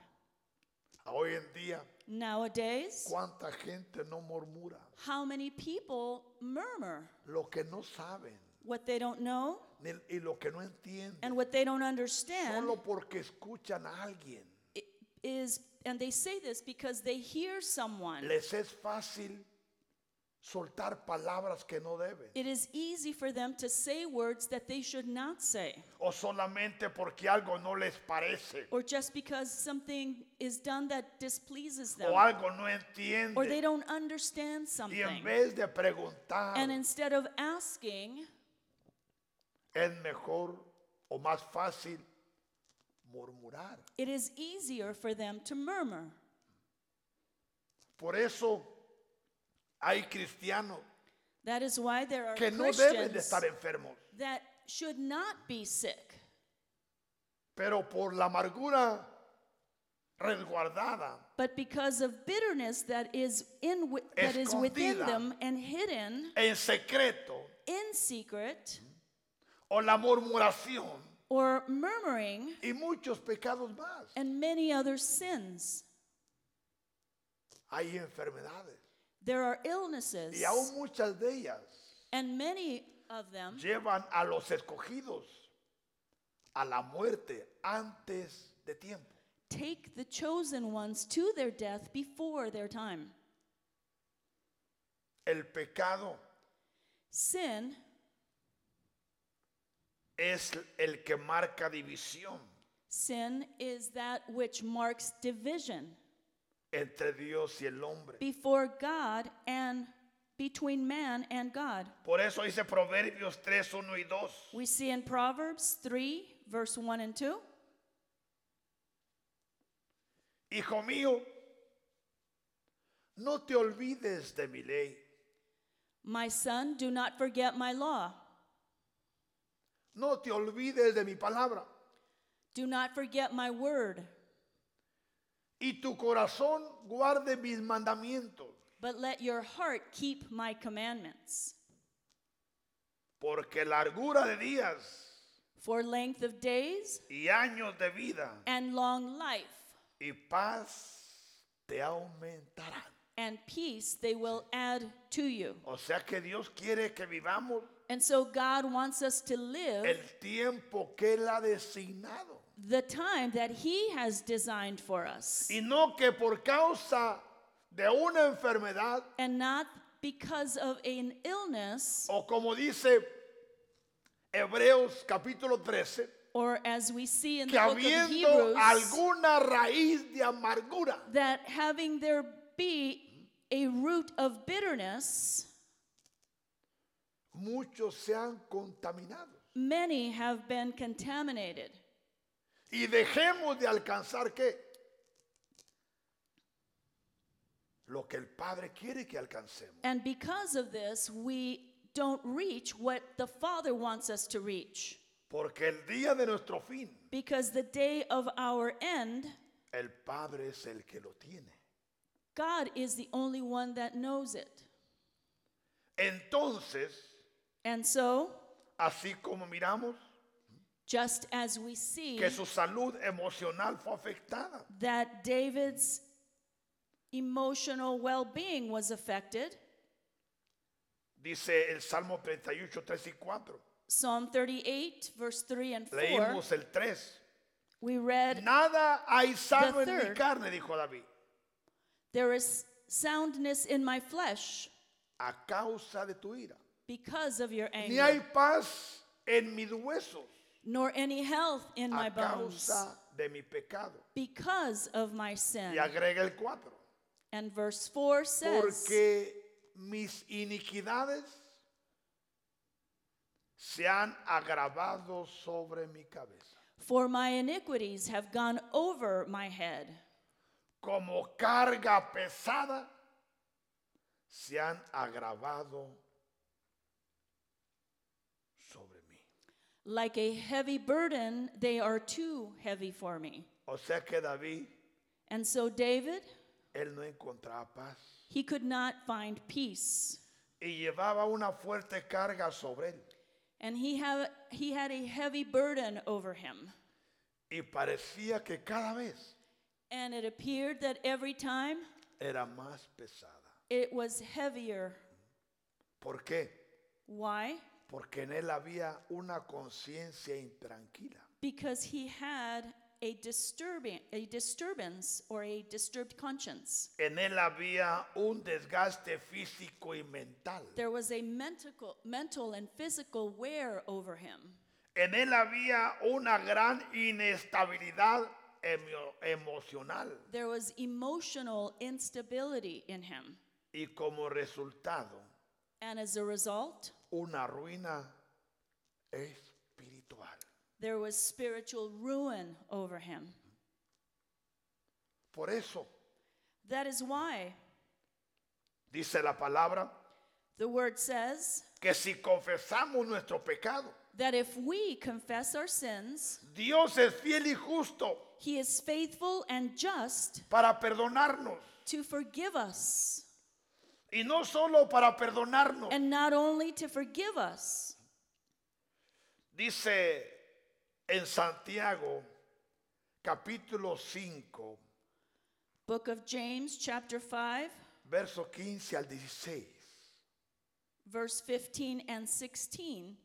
Speaker 1: Hoy en día,
Speaker 2: Nowadays,
Speaker 1: ¿cuánta gente no murmura?
Speaker 2: how many people murmur
Speaker 1: Lo que no saben
Speaker 2: what they don't know
Speaker 1: ni- y lo que no entienden.
Speaker 2: and what they don't understand
Speaker 1: Solo porque escuchan a alguien.
Speaker 2: i- is, and they say this because they hear someone.
Speaker 1: Les es fácil soltar palabras que no deben.
Speaker 2: It is easy for them to say words that they should not say,
Speaker 1: O solamente porque algo no les parece.
Speaker 2: or just because something is done that displeases them,
Speaker 1: O algo no
Speaker 2: or they
Speaker 1: entienden.
Speaker 2: don't
Speaker 1: Y en
Speaker 2: understand something.
Speaker 1: vez de preguntar,
Speaker 2: And instead of asking,
Speaker 1: es mejor o más fácil murmurar.
Speaker 2: it is easier for them to murmur.
Speaker 1: Por eso hay cristianos
Speaker 2: That is why there are
Speaker 1: que no deben de
Speaker 2: Christians
Speaker 1: estar enfermos,
Speaker 2: that should not be sick,
Speaker 1: pero por la amargura resguardada,
Speaker 2: but because of bitterness that is in wi- that is within
Speaker 1: Escondida.
Speaker 2: them and hidden
Speaker 1: en secreto,
Speaker 2: in secret
Speaker 1: o la murmuración
Speaker 2: or murmuring
Speaker 1: y muchos pecados más.
Speaker 2: and many other sins.
Speaker 1: Hay enfermedades
Speaker 2: There are illnesses
Speaker 1: y aún muchas de ellas
Speaker 2: and many of them
Speaker 1: llevan a los escogidos a la muerte antes de tiempo.
Speaker 2: take the chosen ones to their death before their time.
Speaker 1: El pecado
Speaker 2: Sin
Speaker 1: es el que marca división
Speaker 2: sin is that which marks division
Speaker 1: entre Dios y el hombre.
Speaker 2: before God and between man and God.
Speaker 1: Por eso dice Proverbios 3, 1 y 2.
Speaker 2: We see in Proverbs 3 verse 1 and 2.
Speaker 1: Hijo mío, no te olvides de mi ley,
Speaker 2: My son, do not forget my law.
Speaker 1: no te olvides de mi palabra,
Speaker 2: Do not forget my word,
Speaker 1: y tu corazón guarde mis mandamientos,
Speaker 2: but let your heart keep my commandments.
Speaker 1: porque largura de días
Speaker 2: For length of days
Speaker 1: y años de vida
Speaker 2: and long life
Speaker 1: y paz te aumentarán.
Speaker 2: and peace they will add to you.
Speaker 1: O sea que Dios quiere que vivamos
Speaker 2: And so God wants us to live
Speaker 1: el tiempo que Él ha designado.
Speaker 2: the time that He has designed for us
Speaker 1: Y no que por causa de una enfermedad
Speaker 2: and not because of an illness
Speaker 1: o como dice Hebreos capítulo 13,
Speaker 2: or as we see in the
Speaker 1: que
Speaker 2: book of
Speaker 1: habiendo
Speaker 2: Hebrews,
Speaker 1: alguna raíz de amargura,
Speaker 2: that having there be a root of bitterness,
Speaker 1: muchos se han contaminado.
Speaker 2: many have been contaminated.
Speaker 1: Y dejemos de alcanzar qué? Lo que el Padre quiere que alcancemos.
Speaker 2: And because of this, we don't reach what the Father wants us to reach.
Speaker 1: Porque el día de nuestro fin,
Speaker 2: Because the day of our end,
Speaker 1: el Padre es el que lo tiene.
Speaker 2: God is the only one that knows it.
Speaker 1: Entonces,
Speaker 2: And so,
Speaker 1: así como miramos
Speaker 2: just as we see
Speaker 1: que su salud emocional fue afectada,
Speaker 2: that David's emotional well being was affected,
Speaker 1: dice el Salmo 38, 3 y 4.
Speaker 2: Psalm 38, verse 3 and 4,
Speaker 1: Leímos el 3.
Speaker 2: we read,
Speaker 1: Nada hay sano en mi
Speaker 2: third.
Speaker 1: carne, dijo David,
Speaker 2: There is soundness in my flesh
Speaker 1: a causa de tu ira.
Speaker 2: because of your
Speaker 1: Ni
Speaker 2: anger,
Speaker 1: hay paz en mis huesos
Speaker 2: nor any health in my
Speaker 1: a
Speaker 2: bones
Speaker 1: causa de mi pecado.
Speaker 2: because of my sin.
Speaker 1: Y agrega el 4.
Speaker 2: And verse 4 says,
Speaker 1: Porque mis iniquidades se han agravado sobre mi cabeza.
Speaker 2: For my iniquities have gone over my head.
Speaker 1: Como carga pesada se han agravado sobre mí.
Speaker 2: Like a heavy burden, they are too heavy for me.
Speaker 1: O sea que David,
Speaker 2: And so David,
Speaker 1: él no encontraba paz
Speaker 2: he could not find peace.
Speaker 1: y llevaba una fuerte carga sobre él.
Speaker 2: And he, have, he had a heavy burden over him.
Speaker 1: Y parecía que cada vez
Speaker 2: And it appeared that every time
Speaker 1: era más pesada.
Speaker 2: it was heavier.
Speaker 1: ¿Por qué?
Speaker 2: Why?
Speaker 1: porque en él había una conciencia intranquila.
Speaker 2: Because he had a, disturbing, a disturbance or a disturbed conscience.
Speaker 1: En él había un desgaste físico y mental.
Speaker 2: There was a mental, mental and physical wear over him.
Speaker 1: En él había una gran inestabilidad emo- emocional.
Speaker 2: There was emotional instability in him.
Speaker 1: Y como resultado,
Speaker 2: And as a result,
Speaker 1: una ruina espiritual.
Speaker 2: there was spiritual ruin over him.
Speaker 1: Por eso
Speaker 2: That is why
Speaker 1: dice la palabra
Speaker 2: the word says
Speaker 1: que si confesamos nuestro pecado,
Speaker 2: that if we confess our sins,
Speaker 1: Dios es fiel y justo
Speaker 2: he is faithful and just
Speaker 1: para perdonarnos.
Speaker 2: to forgive us.
Speaker 1: Y no solo para perdonarnos.
Speaker 2: And not only to forgive us,
Speaker 1: Dice en Santiago capítulo 5,
Speaker 2: Book of James, chapter 5,
Speaker 1: verso 15 al 16.
Speaker 2: verse 15 and 16.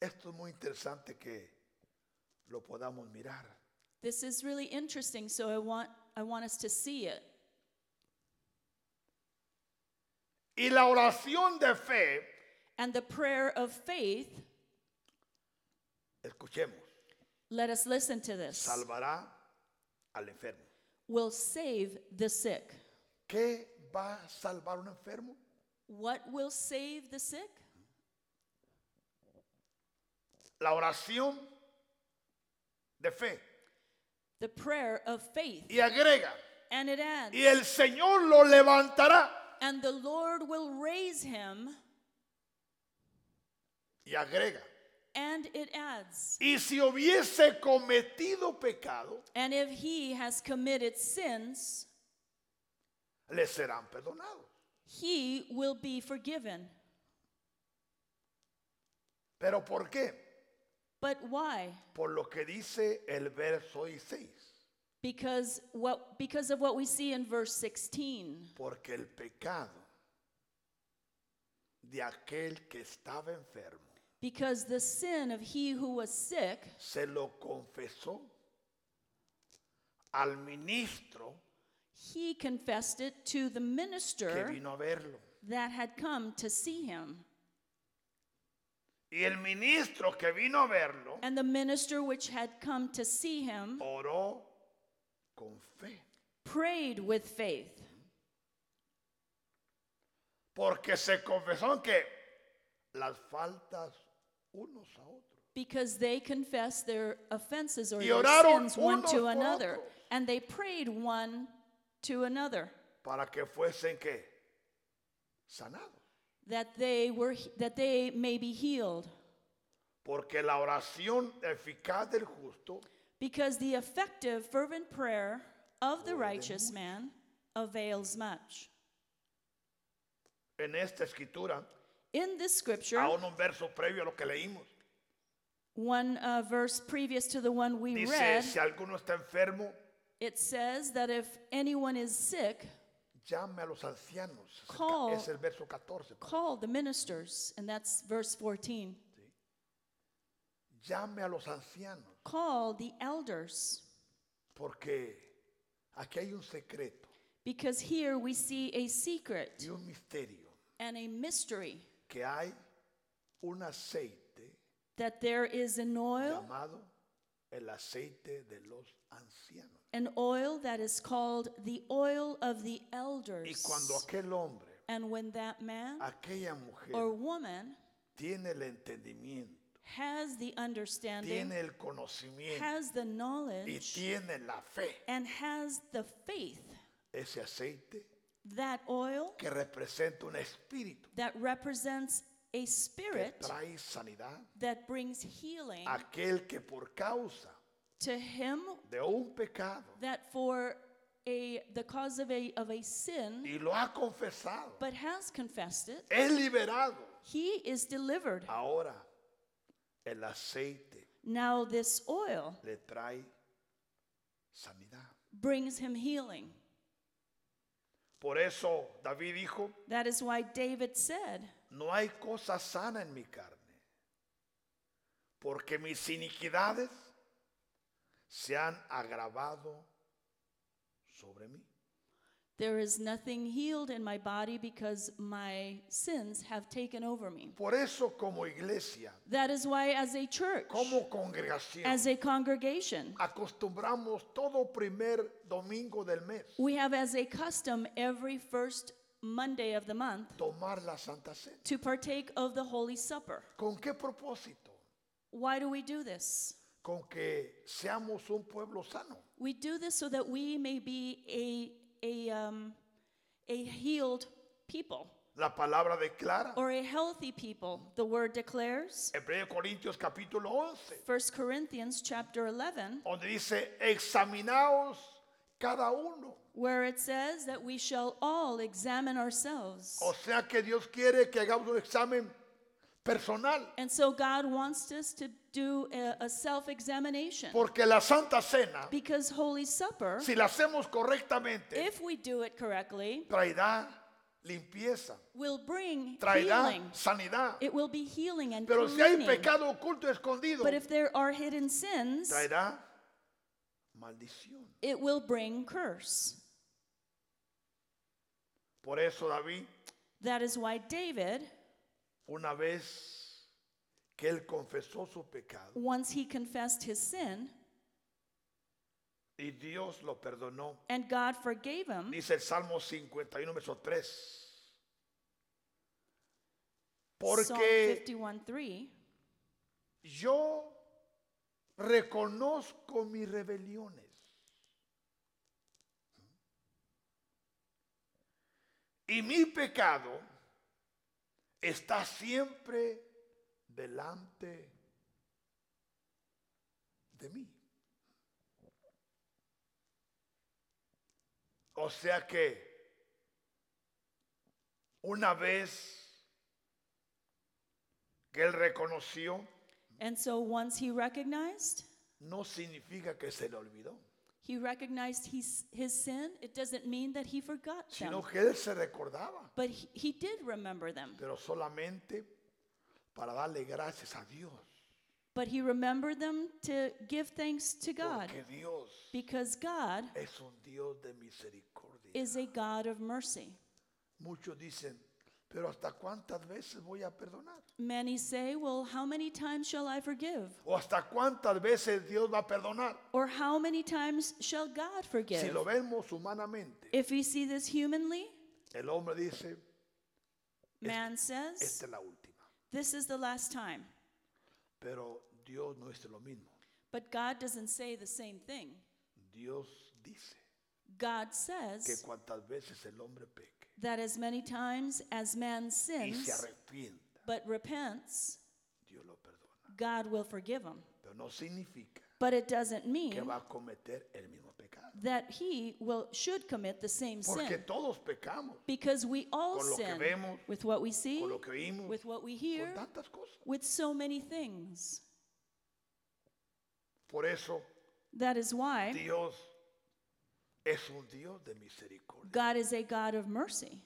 Speaker 1: Esto es muy interesante que lo podamos mirar.
Speaker 2: This is really interesting, so I want, I want us to see it.
Speaker 1: Y la oración de fe,
Speaker 2: And the prayer of faith,
Speaker 1: escuchemos,
Speaker 2: let us listen to this,
Speaker 1: salvará al enfermo.
Speaker 2: will save the sick.
Speaker 1: ¿Qué va a salvar un enfermo?
Speaker 2: What will save the sick?
Speaker 1: La oración de fe.
Speaker 2: The prayer of faith.
Speaker 1: Y agrega,
Speaker 2: And it adds,
Speaker 1: y el Señor lo levantará.
Speaker 2: and the Lord will raise him.
Speaker 1: Y agrega,
Speaker 2: And it adds,
Speaker 1: y si hubiese cometido pecado,
Speaker 2: and if he has committed sins,
Speaker 1: le serán perdonados.
Speaker 2: he will be forgiven.
Speaker 1: ¿Pero por qué?
Speaker 2: But why?
Speaker 1: Por lo que dice el verso 16.
Speaker 2: Because what because of what we see in verse 16.
Speaker 1: Porque el pecado de aquel que estaba enfermo
Speaker 2: Because the sin of he who was sick,
Speaker 1: se lo confesó al ministro
Speaker 2: he confessed it to
Speaker 1: que
Speaker 2: the minister
Speaker 1: vino a verlo.
Speaker 2: that had come to see him.
Speaker 1: Y el ministro que vino a verlo
Speaker 2: And the minister which had come to see him
Speaker 1: oró con fe.
Speaker 2: prayed with faith.
Speaker 1: Porque se confesó en que las faltas unos a otros.
Speaker 2: Because they confessed their offenses or
Speaker 1: Y
Speaker 2: their
Speaker 1: oraron
Speaker 2: sins one
Speaker 1: unos
Speaker 2: to
Speaker 1: por
Speaker 2: another.
Speaker 1: otros.
Speaker 2: And they prayed one to another
Speaker 1: Para que fuesen que sanados.
Speaker 2: that they were he- that they may be healed.
Speaker 1: Porque la oración eficaz del justo
Speaker 2: Because the effective fervent prayer of the
Speaker 1: Oremos.
Speaker 2: righteous man avails much.
Speaker 1: en esta escritura
Speaker 2: In this scripture,
Speaker 1: aún un verso previo a lo que leímos.
Speaker 2: one uh, verse previous to the one we
Speaker 1: Dice,
Speaker 2: read,
Speaker 1: si alguno está enfermo,
Speaker 2: it says that if anyone is sick,
Speaker 1: llame a los ancianos. Es el ca-
Speaker 2: Call.
Speaker 1: Es el verso 14.
Speaker 2: call the ministers, and that's verse 14.
Speaker 1: Llame a los ancianos,
Speaker 2: Call the elders,
Speaker 1: porque aquí hay un secreto
Speaker 2: because here we see a
Speaker 1: y
Speaker 2: secret
Speaker 1: un misterio,
Speaker 2: and a mystery
Speaker 1: que hay un aceite
Speaker 2: that there is an oil,
Speaker 1: llamado el aceite de los ancianos.
Speaker 2: an oil that is called the oil of the
Speaker 1: Y
Speaker 2: elders.
Speaker 1: cuando aquel hombre,
Speaker 2: And when that man
Speaker 1: aquella mujer,
Speaker 2: or woman
Speaker 1: tiene el entendimiento,
Speaker 2: has the understanding,
Speaker 1: tiene el conocimiento
Speaker 2: has the
Speaker 1: y
Speaker 2: knowledge,
Speaker 1: tiene la fe,
Speaker 2: and has the faith,
Speaker 1: ese aceite
Speaker 2: that oil
Speaker 1: que representa un espíritu
Speaker 2: that represents a
Speaker 1: que
Speaker 2: spirit
Speaker 1: trae sanidad.
Speaker 2: that brings healing
Speaker 1: Aquel que por causa
Speaker 2: to him
Speaker 1: de un pecado
Speaker 2: that for a the cause of a of a sin
Speaker 1: y lo ha confesado,
Speaker 2: but has confessed it
Speaker 1: es liberado.
Speaker 2: he is delivered
Speaker 1: Ahora el aceite
Speaker 2: now this oil
Speaker 1: le trae sanidad.
Speaker 2: brings him healing
Speaker 1: Por eso David dijo,
Speaker 2: that is why david said
Speaker 1: no hay cosa sana en mi carne, porque mis iniquidades se han agravado sobre mí.
Speaker 2: there is nothing healed in my body because my sins have taken over me
Speaker 1: Por eso como iglesia,
Speaker 2: that is why as a church
Speaker 1: como congregación,
Speaker 2: as a congregation
Speaker 1: acostumbramos todo primer domingo del mes
Speaker 2: we have as a custom every first monday of the month
Speaker 1: tomar la Santa Cena.
Speaker 2: to partake of the holy supper
Speaker 1: ¿Con qué propósito?
Speaker 2: why do we do this
Speaker 1: Con que seamos un pueblo sano,
Speaker 2: We do this so that we may be a, a, um, a healed people,
Speaker 1: La palabra declara.
Speaker 2: or a healthy people, the word declares.
Speaker 1: En 1 Corintios capítulo 11,
Speaker 2: 1 Corinthians chapter 11,
Speaker 1: donde dice, examinaos cada uno.
Speaker 2: where it says that we shall all examine ourselves.
Speaker 1: O sea que Dios quiere que hagamos un examen personal.
Speaker 2: And so God wants us to do a, a self examination
Speaker 1: Porque la Santa Cena,
Speaker 2: because Holy Supper,
Speaker 1: si la hacemos correctamente,
Speaker 2: if we do it correctly,
Speaker 1: traerá limpieza,
Speaker 2: will bring healing.
Speaker 1: traerá sanidad.
Speaker 2: It will be healing and
Speaker 1: Pero si hay
Speaker 2: cleaning.
Speaker 1: pecado oculto escondido,
Speaker 2: But if there are hidden sins,
Speaker 1: traerá maldición.
Speaker 2: it will bring curse.
Speaker 1: Por eso David,
Speaker 2: That is why David,
Speaker 1: una vez que él confesó su pecado
Speaker 2: once he confessed his sin
Speaker 1: y Dios lo perdonó,
Speaker 2: and God forgave him,
Speaker 1: Dice el Salmo 51, verso 3.
Speaker 2: Psalm
Speaker 1: Porque
Speaker 2: 51 3,
Speaker 1: yo reconozco mis rebeliones. Y mi pecado está siempre delante de mí. O sea que una vez que él reconoció,
Speaker 2: and so once he recognized,
Speaker 1: no significa que se le olvidó,
Speaker 2: he recognized his, his sin, it doesn't mean that he forgot them.
Speaker 1: sino que él se recordaba,
Speaker 2: But he, he did remember them.
Speaker 1: pero solamente para darle gracias a Dios,
Speaker 2: But he remembered them to give thanks to God
Speaker 1: porque Dios
Speaker 2: because God
Speaker 1: es un Dios de misericordia.
Speaker 2: is a God of mercy.
Speaker 1: Muchos dicen, pero ¿hasta cuántas veces voy a perdonar?
Speaker 2: Many say, Well, how many times shall I forgive?
Speaker 1: ¿O hasta cuántas veces Dios va a perdonar?
Speaker 2: Or how many times shall God
Speaker 1: Si
Speaker 2: forgive?
Speaker 1: lo vemos humanamente,
Speaker 2: If we see this humanly,
Speaker 1: el hombre dice,
Speaker 2: man says,
Speaker 1: esta es la última,
Speaker 2: This is the last time.
Speaker 1: pero Dios no dice lo mismo.
Speaker 2: But God doesn't say the same thing.
Speaker 1: Dios dice
Speaker 2: God
Speaker 1: que
Speaker 2: says
Speaker 1: cuantas veces el hombre peque
Speaker 2: that as many times as man
Speaker 1: y se
Speaker 2: sins
Speaker 1: arrepienta,
Speaker 2: but repents,
Speaker 1: Dios lo perdona.
Speaker 2: God will forgive him.
Speaker 1: Pero no significa
Speaker 2: But it doesn't
Speaker 1: que
Speaker 2: mean
Speaker 1: va a cometer el mismo pecado.
Speaker 2: that he will should commit the same
Speaker 1: Porque
Speaker 2: sin
Speaker 1: todos pecamos
Speaker 2: because we all
Speaker 1: Con lo que
Speaker 2: sin
Speaker 1: vemos,
Speaker 2: with what we see,
Speaker 1: con lo que oímos,
Speaker 2: with what we
Speaker 1: con
Speaker 2: hear,
Speaker 1: tantas cosas.
Speaker 2: with so many things.
Speaker 1: Por eso
Speaker 2: That is why
Speaker 1: Dios es un Dios de misericordia.
Speaker 2: God is a God of mercy.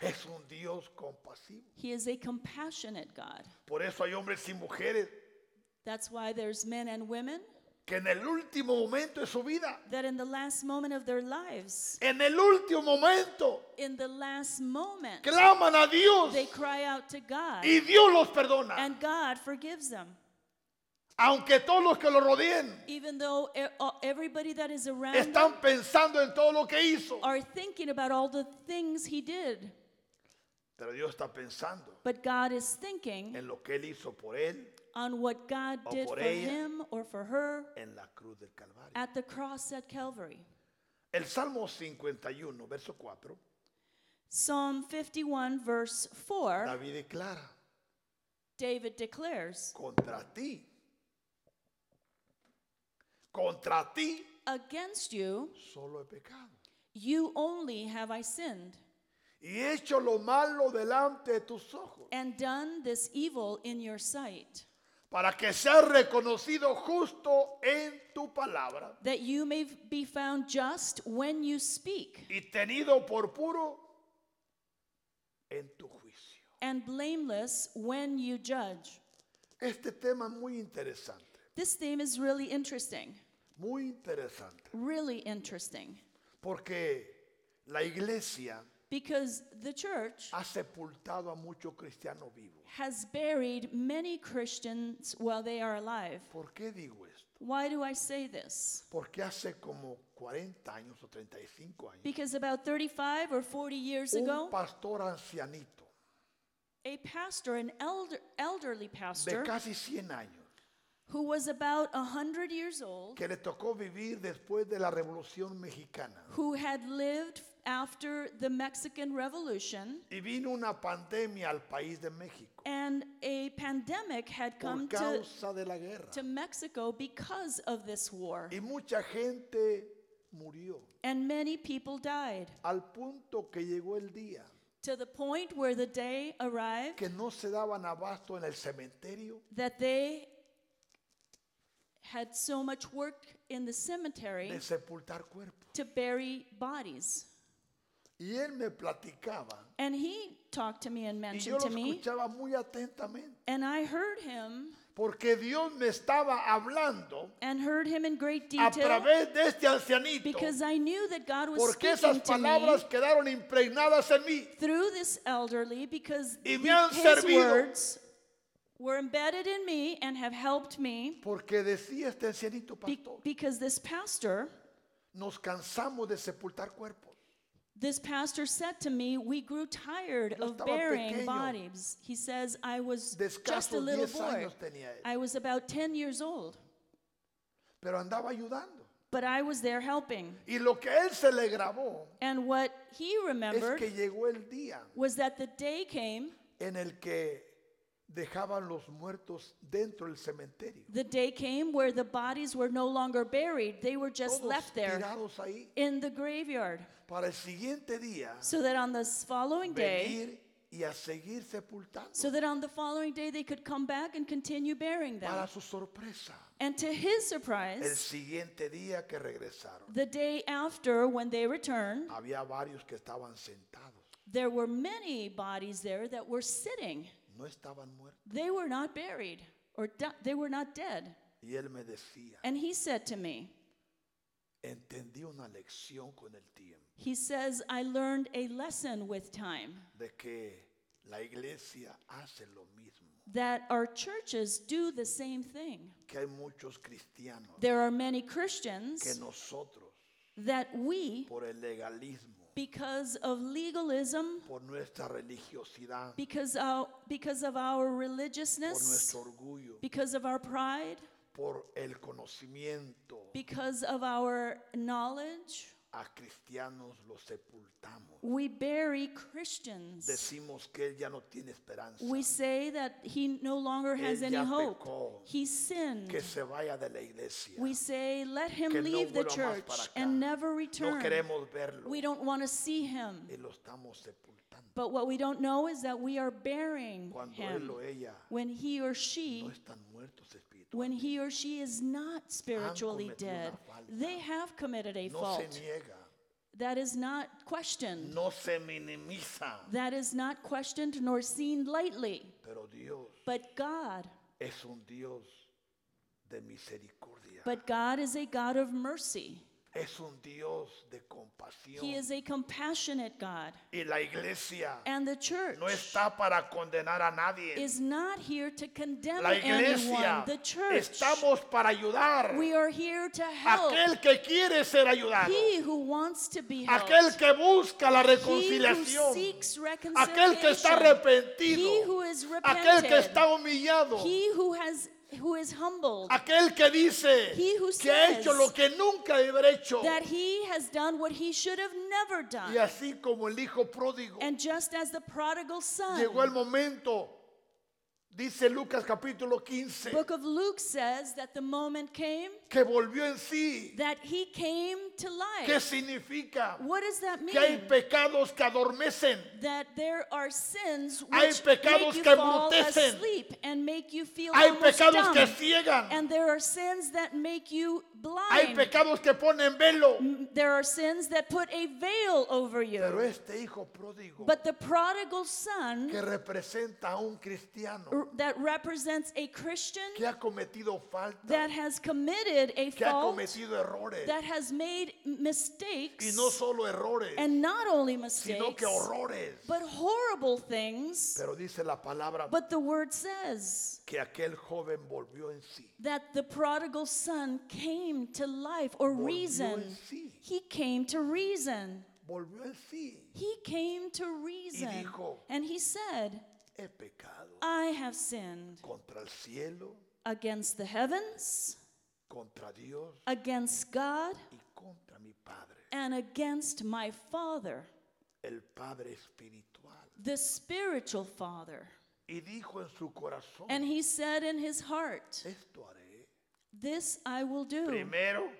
Speaker 1: Es un Dios compasivo.
Speaker 2: He is a compassionate God.
Speaker 1: Por eso hay hombres y mujeres
Speaker 2: That's why there's men and women
Speaker 1: que en el último momento de su vida,
Speaker 2: that in the last moment of their lives,
Speaker 1: en el último momento,
Speaker 2: in the last moment,
Speaker 1: claman a Dios
Speaker 2: they cry out to God
Speaker 1: y Dios los perdona.
Speaker 2: and God forgives them.
Speaker 1: Aunque todos los que lo rodeen
Speaker 2: Even though e- o- everybody that is around them
Speaker 1: están pensando en todo lo que hizo.
Speaker 2: are thinking about all the things he did,
Speaker 1: Pero Dios está pensando
Speaker 2: but God is thinking
Speaker 1: en lo que Él hizo por Él
Speaker 2: on what God
Speaker 1: O
Speaker 2: did
Speaker 1: por
Speaker 2: for
Speaker 1: ella.
Speaker 2: him or for her
Speaker 1: en la cruz del Calvario.
Speaker 2: at the cross at Calvary.
Speaker 1: El Salmo 51, verso 4,
Speaker 2: Psalm 51, verse 4,
Speaker 1: David declara,
Speaker 2: David declares,
Speaker 1: contra ti, contra ti
Speaker 2: Against you,
Speaker 1: solo he pecado.
Speaker 2: you only have I sinned
Speaker 1: Y he hecho lo malo delante de tus ojos,
Speaker 2: and done this evil in your sight,
Speaker 1: para que seas reconocido justo en tu palabra
Speaker 2: that you may be found just when you speak
Speaker 1: y tenido por puro en tu juicio.
Speaker 2: and blameless when you judge.
Speaker 1: Este tema es muy interesante,
Speaker 2: This theme is really interesting.
Speaker 1: muy interesante,
Speaker 2: Really interesting.
Speaker 1: porque la iglesia
Speaker 2: Because the church
Speaker 1: ha sepultado a muchos cristianos vivos.
Speaker 2: has buried many Christians while they are alive.
Speaker 1: ¿Por qué digo esto?
Speaker 2: Why do I say this?
Speaker 1: Porque hace como 40 años o 35 años,
Speaker 2: Because about 35 or 40 years
Speaker 1: un
Speaker 2: ago,
Speaker 1: pastor ancianito
Speaker 2: a pastor, an elder, elderly
Speaker 1: de
Speaker 2: pastor,
Speaker 1: casi 100 años,
Speaker 2: who was about 100 years old,
Speaker 1: que le tocó vivir después de la Revolución Mexicana,
Speaker 2: who had lived after the Mexican Revolution,
Speaker 1: Y vino una pandemia al país de México
Speaker 2: and a pandemic had
Speaker 1: por
Speaker 2: come to,
Speaker 1: causa de la guerra.
Speaker 2: to Mexico because of this war,
Speaker 1: Y mucha gente murió
Speaker 2: and many people died.
Speaker 1: al punto que llegó el día
Speaker 2: To the point where the day arrived
Speaker 1: que no se daban abasto en el cementerio
Speaker 2: that they had so much work in the cemetery
Speaker 1: de sepultar cuerpos.
Speaker 2: to bury bodies.
Speaker 1: Y él me platicaba
Speaker 2: And he talked to me
Speaker 1: y
Speaker 2: and
Speaker 1: yo
Speaker 2: mentioned
Speaker 1: lo
Speaker 2: to me,
Speaker 1: escuchaba muy atentamente
Speaker 2: and I heard him
Speaker 1: porque Dios me estaba hablando
Speaker 2: and heard him in great
Speaker 1: a
Speaker 2: detail
Speaker 1: través de este ancianito
Speaker 2: because I knew that God was
Speaker 1: porque
Speaker 2: speaking
Speaker 1: esas
Speaker 2: to me
Speaker 1: palabras quedaron impregnadas en mí.
Speaker 2: through this elderly because
Speaker 1: Y me
Speaker 2: the-
Speaker 1: han
Speaker 2: his
Speaker 1: servido.
Speaker 2: words were embedded in me and have helped me
Speaker 1: Porque decía este ancianito
Speaker 2: be-
Speaker 1: pastor,
Speaker 2: because this pastor,
Speaker 1: nos cansamos de sepultar cuerpos.
Speaker 2: this pastor said to me, we grew tired
Speaker 1: Yo
Speaker 2: of
Speaker 1: estaba
Speaker 2: bearing
Speaker 1: pequeño.
Speaker 2: bodies. He says, I was
Speaker 1: De
Speaker 2: just a
Speaker 1: escasos
Speaker 2: little
Speaker 1: 10
Speaker 2: boy.
Speaker 1: años tenía él,
Speaker 2: I was about 10 years old,
Speaker 1: pero andaba ayudando.
Speaker 2: but I was there helping.
Speaker 1: Y lo que a él se le grabó
Speaker 2: And what he
Speaker 1: es
Speaker 2: remembered
Speaker 1: que llegó el día
Speaker 2: was that the day came,
Speaker 1: en el que dejaban los muertos dentro del cementerio,
Speaker 2: the day came where the bodies were no longer buried. They were just
Speaker 1: todos
Speaker 2: left there
Speaker 1: tirados ahí,
Speaker 2: in the graveyard.
Speaker 1: para el siguiente día
Speaker 2: So that on the s- following day,
Speaker 1: venir y a seguir sepultando.
Speaker 2: so that on the following day they could come back and continue burying
Speaker 1: Para
Speaker 2: them.
Speaker 1: su sorpresa,
Speaker 2: And to his
Speaker 1: el
Speaker 2: surprise,
Speaker 1: siguiente día que regresaron,
Speaker 2: the day after when they returned,
Speaker 1: había varios que estaban sentados,
Speaker 2: there were many bodies there that were sitting.
Speaker 1: no estaban muertos.
Speaker 2: They were not buried or di- they were not dead.
Speaker 1: Y él me decía,
Speaker 2: And he said to me,
Speaker 1: entendí una lección con el tiempo
Speaker 2: he says, I learned a lesson with time.
Speaker 1: de que la iglesia hace lo mismo,
Speaker 2: that our churches do the same thing.
Speaker 1: que hay muchos cristianos
Speaker 2: There are many
Speaker 1: que
Speaker 2: Christians
Speaker 1: nosotros,
Speaker 2: that we,
Speaker 1: por el legalismo,
Speaker 2: because of legalism,
Speaker 1: por nuestra religiosidad,
Speaker 2: because of, because of our
Speaker 1: por
Speaker 2: religiousness,
Speaker 1: nuestro orgullo,
Speaker 2: because of our pride,
Speaker 1: por el conocimiento,
Speaker 2: because of our knowledge,
Speaker 1: a cristianos los sepultamos.
Speaker 2: we bury Christians.
Speaker 1: Decimos que él ya no tiene esperanza,
Speaker 2: We say that he no longer has
Speaker 1: Él
Speaker 2: any
Speaker 1: ya
Speaker 2: hope.
Speaker 1: pecó.
Speaker 2: He sinned.
Speaker 1: que se vaya de la iglesia.
Speaker 2: We say, let
Speaker 1: que
Speaker 2: him
Speaker 1: no
Speaker 2: leave the
Speaker 1: vuelva más
Speaker 2: church
Speaker 1: para acá.
Speaker 2: and never
Speaker 1: No
Speaker 2: return.
Speaker 1: queremos Eh. verlo
Speaker 2: We don't want to see him.
Speaker 1: y lo estamos sepultando.
Speaker 2: But what we don't know is that we are bearing
Speaker 1: Cuando él
Speaker 2: him
Speaker 1: o ella
Speaker 2: when he or she,
Speaker 1: no están muertos espiritualmente.
Speaker 2: when he or she is not spiritually
Speaker 1: cometido una
Speaker 2: dead,
Speaker 1: falta.
Speaker 2: they have committed a
Speaker 1: No se
Speaker 2: fault.
Speaker 1: niega,
Speaker 2: That is not questioned.
Speaker 1: no se minimiza,
Speaker 2: That is not questioned nor seen lightly.
Speaker 1: pero Dios
Speaker 2: But God,
Speaker 1: es un Dios de misericordia.
Speaker 2: but God is a God of mercy.
Speaker 1: Es un Dios de
Speaker 2: He
Speaker 1: compasión.
Speaker 2: is a compassionate God.
Speaker 1: Y la iglesia
Speaker 2: And the church
Speaker 1: no está para condenar a nadie.
Speaker 2: is not here to condemn
Speaker 1: La
Speaker 2: anyone.
Speaker 1: iglesia
Speaker 2: The church,
Speaker 1: estamos para ayudar.
Speaker 2: we are here to help
Speaker 1: Aquel que quiere ser ayudado,
Speaker 2: he who wants to be helped.
Speaker 1: aquel que busca la
Speaker 2: He who
Speaker 1: reconciliación,
Speaker 2: seeks
Speaker 1: aquel que está
Speaker 2: reconciliation, he who
Speaker 1: arrepentido,
Speaker 2: is
Speaker 1: aquel que
Speaker 2: repentant,
Speaker 1: está humillado,
Speaker 2: he who has who is humbled,
Speaker 1: Aquel que dice
Speaker 2: He who
Speaker 1: que ha
Speaker 2: says
Speaker 1: hecho lo que nunca debería hecho.
Speaker 2: that he has done what he should have never
Speaker 1: Y
Speaker 2: done.
Speaker 1: así como el hijo pródigo
Speaker 2: And just as the prodigal son,
Speaker 1: llegó el momento, dice Lucas capítulo 15,
Speaker 2: book of Luke says that the moment came
Speaker 1: que volvió en sí.
Speaker 2: that he came to
Speaker 1: ¿Qué
Speaker 2: life.
Speaker 1: significa?
Speaker 2: What does that
Speaker 1: Que hay
Speaker 2: mean?
Speaker 1: pecados que adormecen.
Speaker 2: That there are sins
Speaker 1: Hay
Speaker 2: which
Speaker 1: pecados
Speaker 2: make you
Speaker 1: que
Speaker 2: fall
Speaker 1: embrutecen.
Speaker 2: asleep and make you feel
Speaker 1: Hay
Speaker 2: almost
Speaker 1: pecados que
Speaker 2: dumb.
Speaker 1: ciegan.
Speaker 2: And there are sins that make you
Speaker 1: Hay
Speaker 2: blind.
Speaker 1: pecados que ponen velo.
Speaker 2: There are sins that put a veil over
Speaker 1: Pero
Speaker 2: you.
Speaker 1: este hijo pródigo
Speaker 2: But the prodigal son
Speaker 1: que representa a un cristiano
Speaker 2: that represents a Christian
Speaker 1: que ha cometido falta,
Speaker 2: that has committed a
Speaker 1: que ha
Speaker 2: fault,
Speaker 1: cometido errores.
Speaker 2: that has made
Speaker 1: Y
Speaker 2: mistakes,
Speaker 1: no solo errores,
Speaker 2: and not only
Speaker 1: sino
Speaker 2: mistakes,
Speaker 1: que horrores.
Speaker 2: but horrible things.
Speaker 1: Pero dice la palabra
Speaker 2: But the word says
Speaker 1: que aquel joven volvió en sí.
Speaker 2: that the prodigal son came to life or
Speaker 1: Volvió en
Speaker 2: reason.
Speaker 1: sí.
Speaker 2: He came to reason.
Speaker 1: Volvió en sí.
Speaker 2: He came to reason.
Speaker 1: dijo,
Speaker 2: And he said,
Speaker 1: He pecado
Speaker 2: I have sinned
Speaker 1: contra el cielo,
Speaker 2: against the heavens,
Speaker 1: contra Dios
Speaker 2: against God,
Speaker 1: y contra mi Padre,
Speaker 2: and against my Father,
Speaker 1: el Padre espiritual.
Speaker 2: the spiritual Father.
Speaker 1: Y dijo en su corazón,
Speaker 2: And he said in his heart,
Speaker 1: esto haré.
Speaker 2: This I will do.
Speaker 1: Primero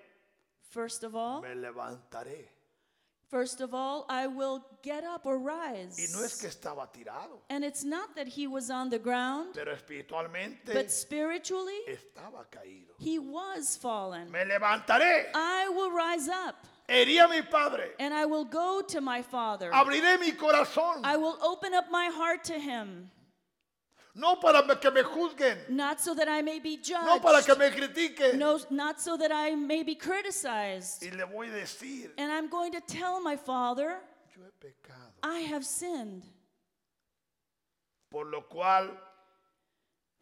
Speaker 2: First of all,
Speaker 1: me levantaré.
Speaker 2: first of all, I will get up or
Speaker 1: Y no es
Speaker 2: rise.
Speaker 1: que estaba tirado,
Speaker 2: And it's not that he was on the ground,
Speaker 1: pero espiritualmente
Speaker 2: but spiritually,
Speaker 1: estaba caído.
Speaker 2: he was fallen.
Speaker 1: Me levantaré,
Speaker 2: I will rise up
Speaker 1: herí a mi Padre,
Speaker 2: and I will go to my Father.
Speaker 1: abriré mi corazón,
Speaker 2: I will open up my heart to him,
Speaker 1: no para que me juzguen,
Speaker 2: not so that I may be
Speaker 1: no para
Speaker 2: judged,
Speaker 1: que me critiquen.
Speaker 2: no, not so that I may be criticized.
Speaker 1: Y le voy a decir,
Speaker 2: And I'm going to tell my Father,
Speaker 1: yo he pecado.
Speaker 2: I have sinned,
Speaker 1: Por lo cual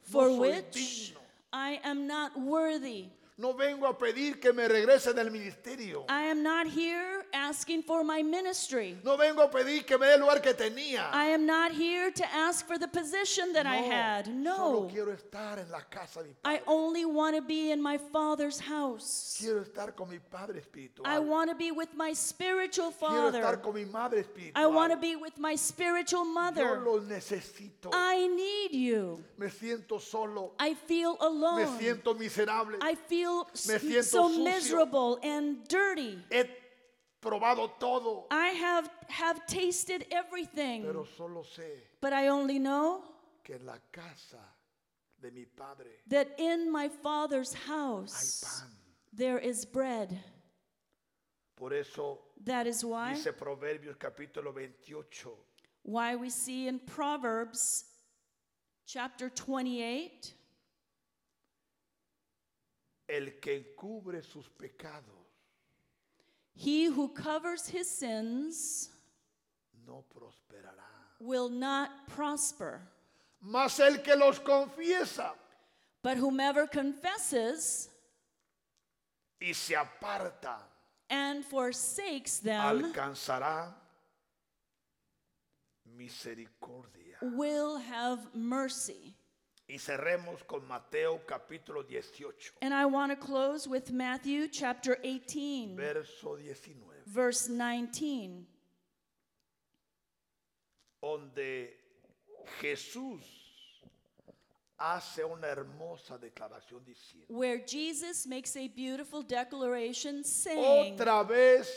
Speaker 2: for
Speaker 1: soy
Speaker 2: which
Speaker 1: digno.
Speaker 2: I am not worthy.
Speaker 1: no vengo a pedir que me regresen del ministerio.
Speaker 2: I am not here asking for my ministry.
Speaker 1: No vengo a pedir que me dé el lugar que tenía.
Speaker 2: I am not here to ask for the position that I
Speaker 1: No,
Speaker 2: had.
Speaker 1: Solo
Speaker 2: No.
Speaker 1: quiero estar en la casa de mi
Speaker 2: I
Speaker 1: padre.
Speaker 2: only want to be in my Father's house.
Speaker 1: Quiero estar con mi padre
Speaker 2: I
Speaker 1: espiritual.
Speaker 2: want to be with my spiritual
Speaker 1: Quiero estar
Speaker 2: Father.
Speaker 1: con mi madre
Speaker 2: I want
Speaker 1: espiritual.
Speaker 2: to be with my spiritual
Speaker 1: Yo
Speaker 2: mother.
Speaker 1: lo necesito.
Speaker 2: I need you.
Speaker 1: Me siento solo.
Speaker 2: I feel
Speaker 1: Me
Speaker 2: alone.
Speaker 1: siento miserable.
Speaker 2: I feel s-
Speaker 1: Me siento
Speaker 2: so
Speaker 1: sucio.
Speaker 2: miserable and dirty.
Speaker 1: He probado todo,
Speaker 2: I have have tasted everything,
Speaker 1: pero solo sé
Speaker 2: but I only know
Speaker 1: que en la casa de mi padre
Speaker 2: that in my Father's
Speaker 1: hay
Speaker 2: house
Speaker 1: pan.
Speaker 2: there is bread.
Speaker 1: Por eso
Speaker 2: That is why
Speaker 1: dice Proverbios capítulo 28.
Speaker 2: why we see in Proverbs chapter 28
Speaker 1: El que encubre sus pecados
Speaker 2: He who covers his sins
Speaker 1: no prosperará.
Speaker 2: will not prosper,
Speaker 1: Mas el que los confiesa
Speaker 2: but whomever confesses
Speaker 1: y se aparta
Speaker 2: and forsakes them
Speaker 1: alcanzará misericordia.
Speaker 2: will have mercy.
Speaker 1: Y cerremos con Mateo capítulo 18,
Speaker 2: And I want to close with Matthew chapter 18,
Speaker 1: verso 19,
Speaker 2: verse 19,
Speaker 1: donde Jesús hace una hermosa declaración diciendo,
Speaker 2: where Jesus makes a beautiful declaration saying,
Speaker 1: otra vez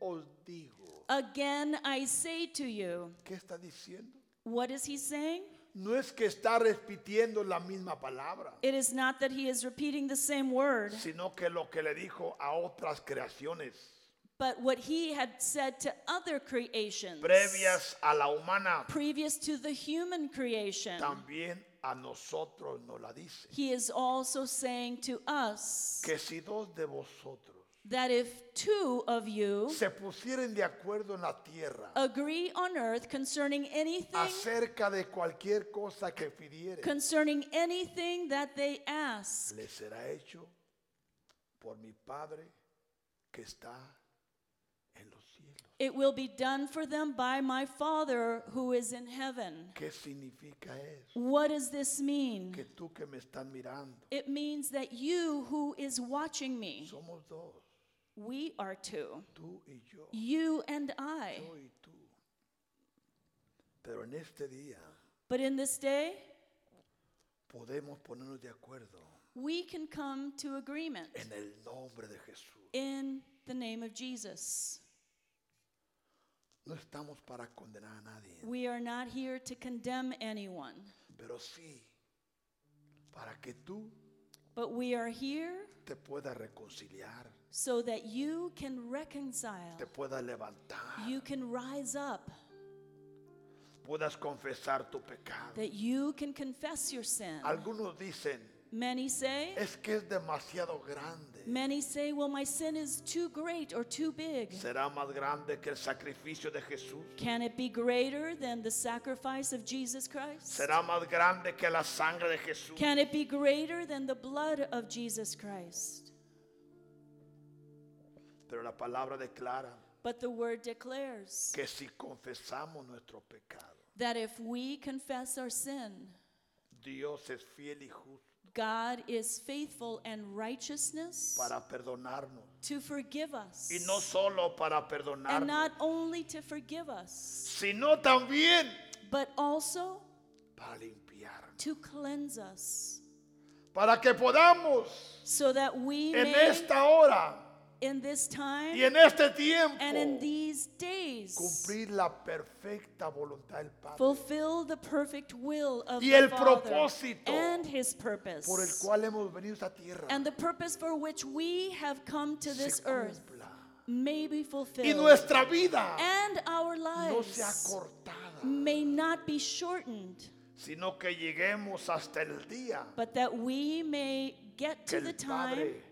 Speaker 1: os digo,
Speaker 2: Again I say to you,
Speaker 1: ¿qué está diciendo?
Speaker 2: what is he saying?
Speaker 1: No es que está repitiendo la misma palabra,
Speaker 2: It is not that he is repeating the same word.
Speaker 1: sino que lo que le dijo a otras creaciones
Speaker 2: But what he had said to other creations,
Speaker 1: previas a la humana,
Speaker 2: previous to the human creation,
Speaker 1: también a nosotros nos la dice.
Speaker 2: he is also saying to us
Speaker 1: Que si dos de vosotros
Speaker 2: that if two of you
Speaker 1: se pusieren de acuerdo en la tierra
Speaker 2: agree on earth concerning anything,
Speaker 1: acerca de cualquier cosa que pidieren,
Speaker 2: concerning anything that they ask,
Speaker 1: les será hecho por mi Padre que está en los cielos.
Speaker 2: it will be done for them by my Father who is in heaven.
Speaker 1: ¿Qué significa eso?
Speaker 2: What does this mean?
Speaker 1: Que tú que me estás mirando,
Speaker 2: It means that you who is watching me,
Speaker 1: somos dos,
Speaker 2: we are two,
Speaker 1: tú y yo.
Speaker 2: you and I.
Speaker 1: yo y tú. Pero en este día
Speaker 2: But in this day,
Speaker 1: podemos ponernos de acuerdo
Speaker 2: we can come to agreement
Speaker 1: en el nombre de Jesús.
Speaker 2: in the name of Jesus.
Speaker 1: No estamos para condenar a nadie,
Speaker 2: We are not here to condemn anyone,
Speaker 1: pero sí para que tú
Speaker 2: but we are here
Speaker 1: te puedas reconciliar,
Speaker 2: so that you can reconcile,
Speaker 1: te puedas levantar,
Speaker 2: you can rise up,
Speaker 1: puedas confesar tu pecado.
Speaker 2: that you can confess your sin.
Speaker 1: Algunos dicen,
Speaker 2: Many say,
Speaker 1: es que es demasiado grande.
Speaker 2: many say, well, my sin is too great or too big.
Speaker 1: ¿Será más grande que el sacrificio de Jesús?
Speaker 2: Can it be greater than the sacrifice of Jesus Christ?
Speaker 1: ¿Será más grande que la sangre de Jesús?
Speaker 2: Can it be greater than the blood of Jesus Christ?
Speaker 1: Pero la palabra declara
Speaker 2: But the word declares
Speaker 1: que si confesamos nuestro pecado,
Speaker 2: that if we confess our sin,
Speaker 1: Dios es fiel y justo
Speaker 2: God is faithful and righteousness
Speaker 1: para perdonarnos.
Speaker 2: to forgive us.
Speaker 1: Y no solo para
Speaker 2: and
Speaker 1: perdonarnos,
Speaker 2: not only to forgive us,
Speaker 1: sino también
Speaker 2: but also
Speaker 1: para limpiarnos.
Speaker 2: to cleanse us,
Speaker 1: Para que podamos
Speaker 2: so that we
Speaker 1: en
Speaker 2: may,
Speaker 1: esta hora
Speaker 2: in this time
Speaker 1: y en este
Speaker 2: and
Speaker 1: tiempo
Speaker 2: in these days,
Speaker 1: cumplir la perfecta voluntad del Padre
Speaker 2: fulfill the perfect will of
Speaker 1: Y
Speaker 2: the
Speaker 1: el
Speaker 2: Father
Speaker 1: propósito
Speaker 2: and His purpose,
Speaker 1: por el cual hemos venido a esta tierra.
Speaker 2: and the purpose for which we have come to
Speaker 1: Se
Speaker 2: this earth
Speaker 1: cumpla.
Speaker 2: may be fulfilled,
Speaker 1: Y nuestra vida
Speaker 2: and our
Speaker 1: no sea
Speaker 2: lives
Speaker 1: cortada,
Speaker 2: may not be shortened.
Speaker 1: sino que lleguemos hasta el día
Speaker 2: but that we may get
Speaker 1: que
Speaker 2: to the
Speaker 1: el
Speaker 2: time
Speaker 1: Padre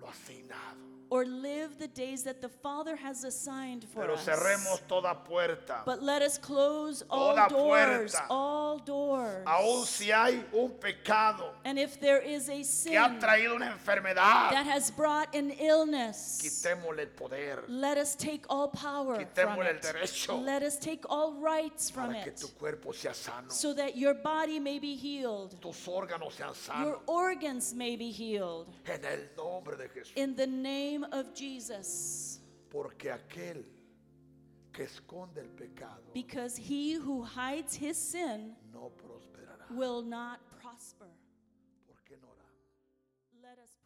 Speaker 1: lo ha asignado.
Speaker 2: or live the days that the Father has assigned for
Speaker 1: Pero
Speaker 2: us.
Speaker 1: cerremos toda puerta.
Speaker 2: But let us close all
Speaker 1: Toda
Speaker 2: doors,
Speaker 1: puerta.
Speaker 2: all doors.
Speaker 1: Aún si hay un pecado
Speaker 2: And if there is a sin
Speaker 1: que ha traído una enfermedad,
Speaker 2: that has brought an illness,
Speaker 1: quitémosle el poder
Speaker 2: let us take all power from
Speaker 1: Quitémosle el
Speaker 2: it.
Speaker 1: derecho.
Speaker 2: Let us take all rights from
Speaker 1: para que
Speaker 2: it
Speaker 1: tu cuerpo sea sano,
Speaker 2: so that your body may be healed,
Speaker 1: tus órganos sean
Speaker 2: your
Speaker 1: sanos.
Speaker 2: organs may be healed.
Speaker 1: En el nombre de Jesús.
Speaker 2: In the name of Jesus.
Speaker 1: Porque aquel que esconde el pecado
Speaker 2: Because he who hides his sin
Speaker 1: no prosperará.
Speaker 2: will not prosper.
Speaker 1: ¿Por qué no oramos?
Speaker 2: Let us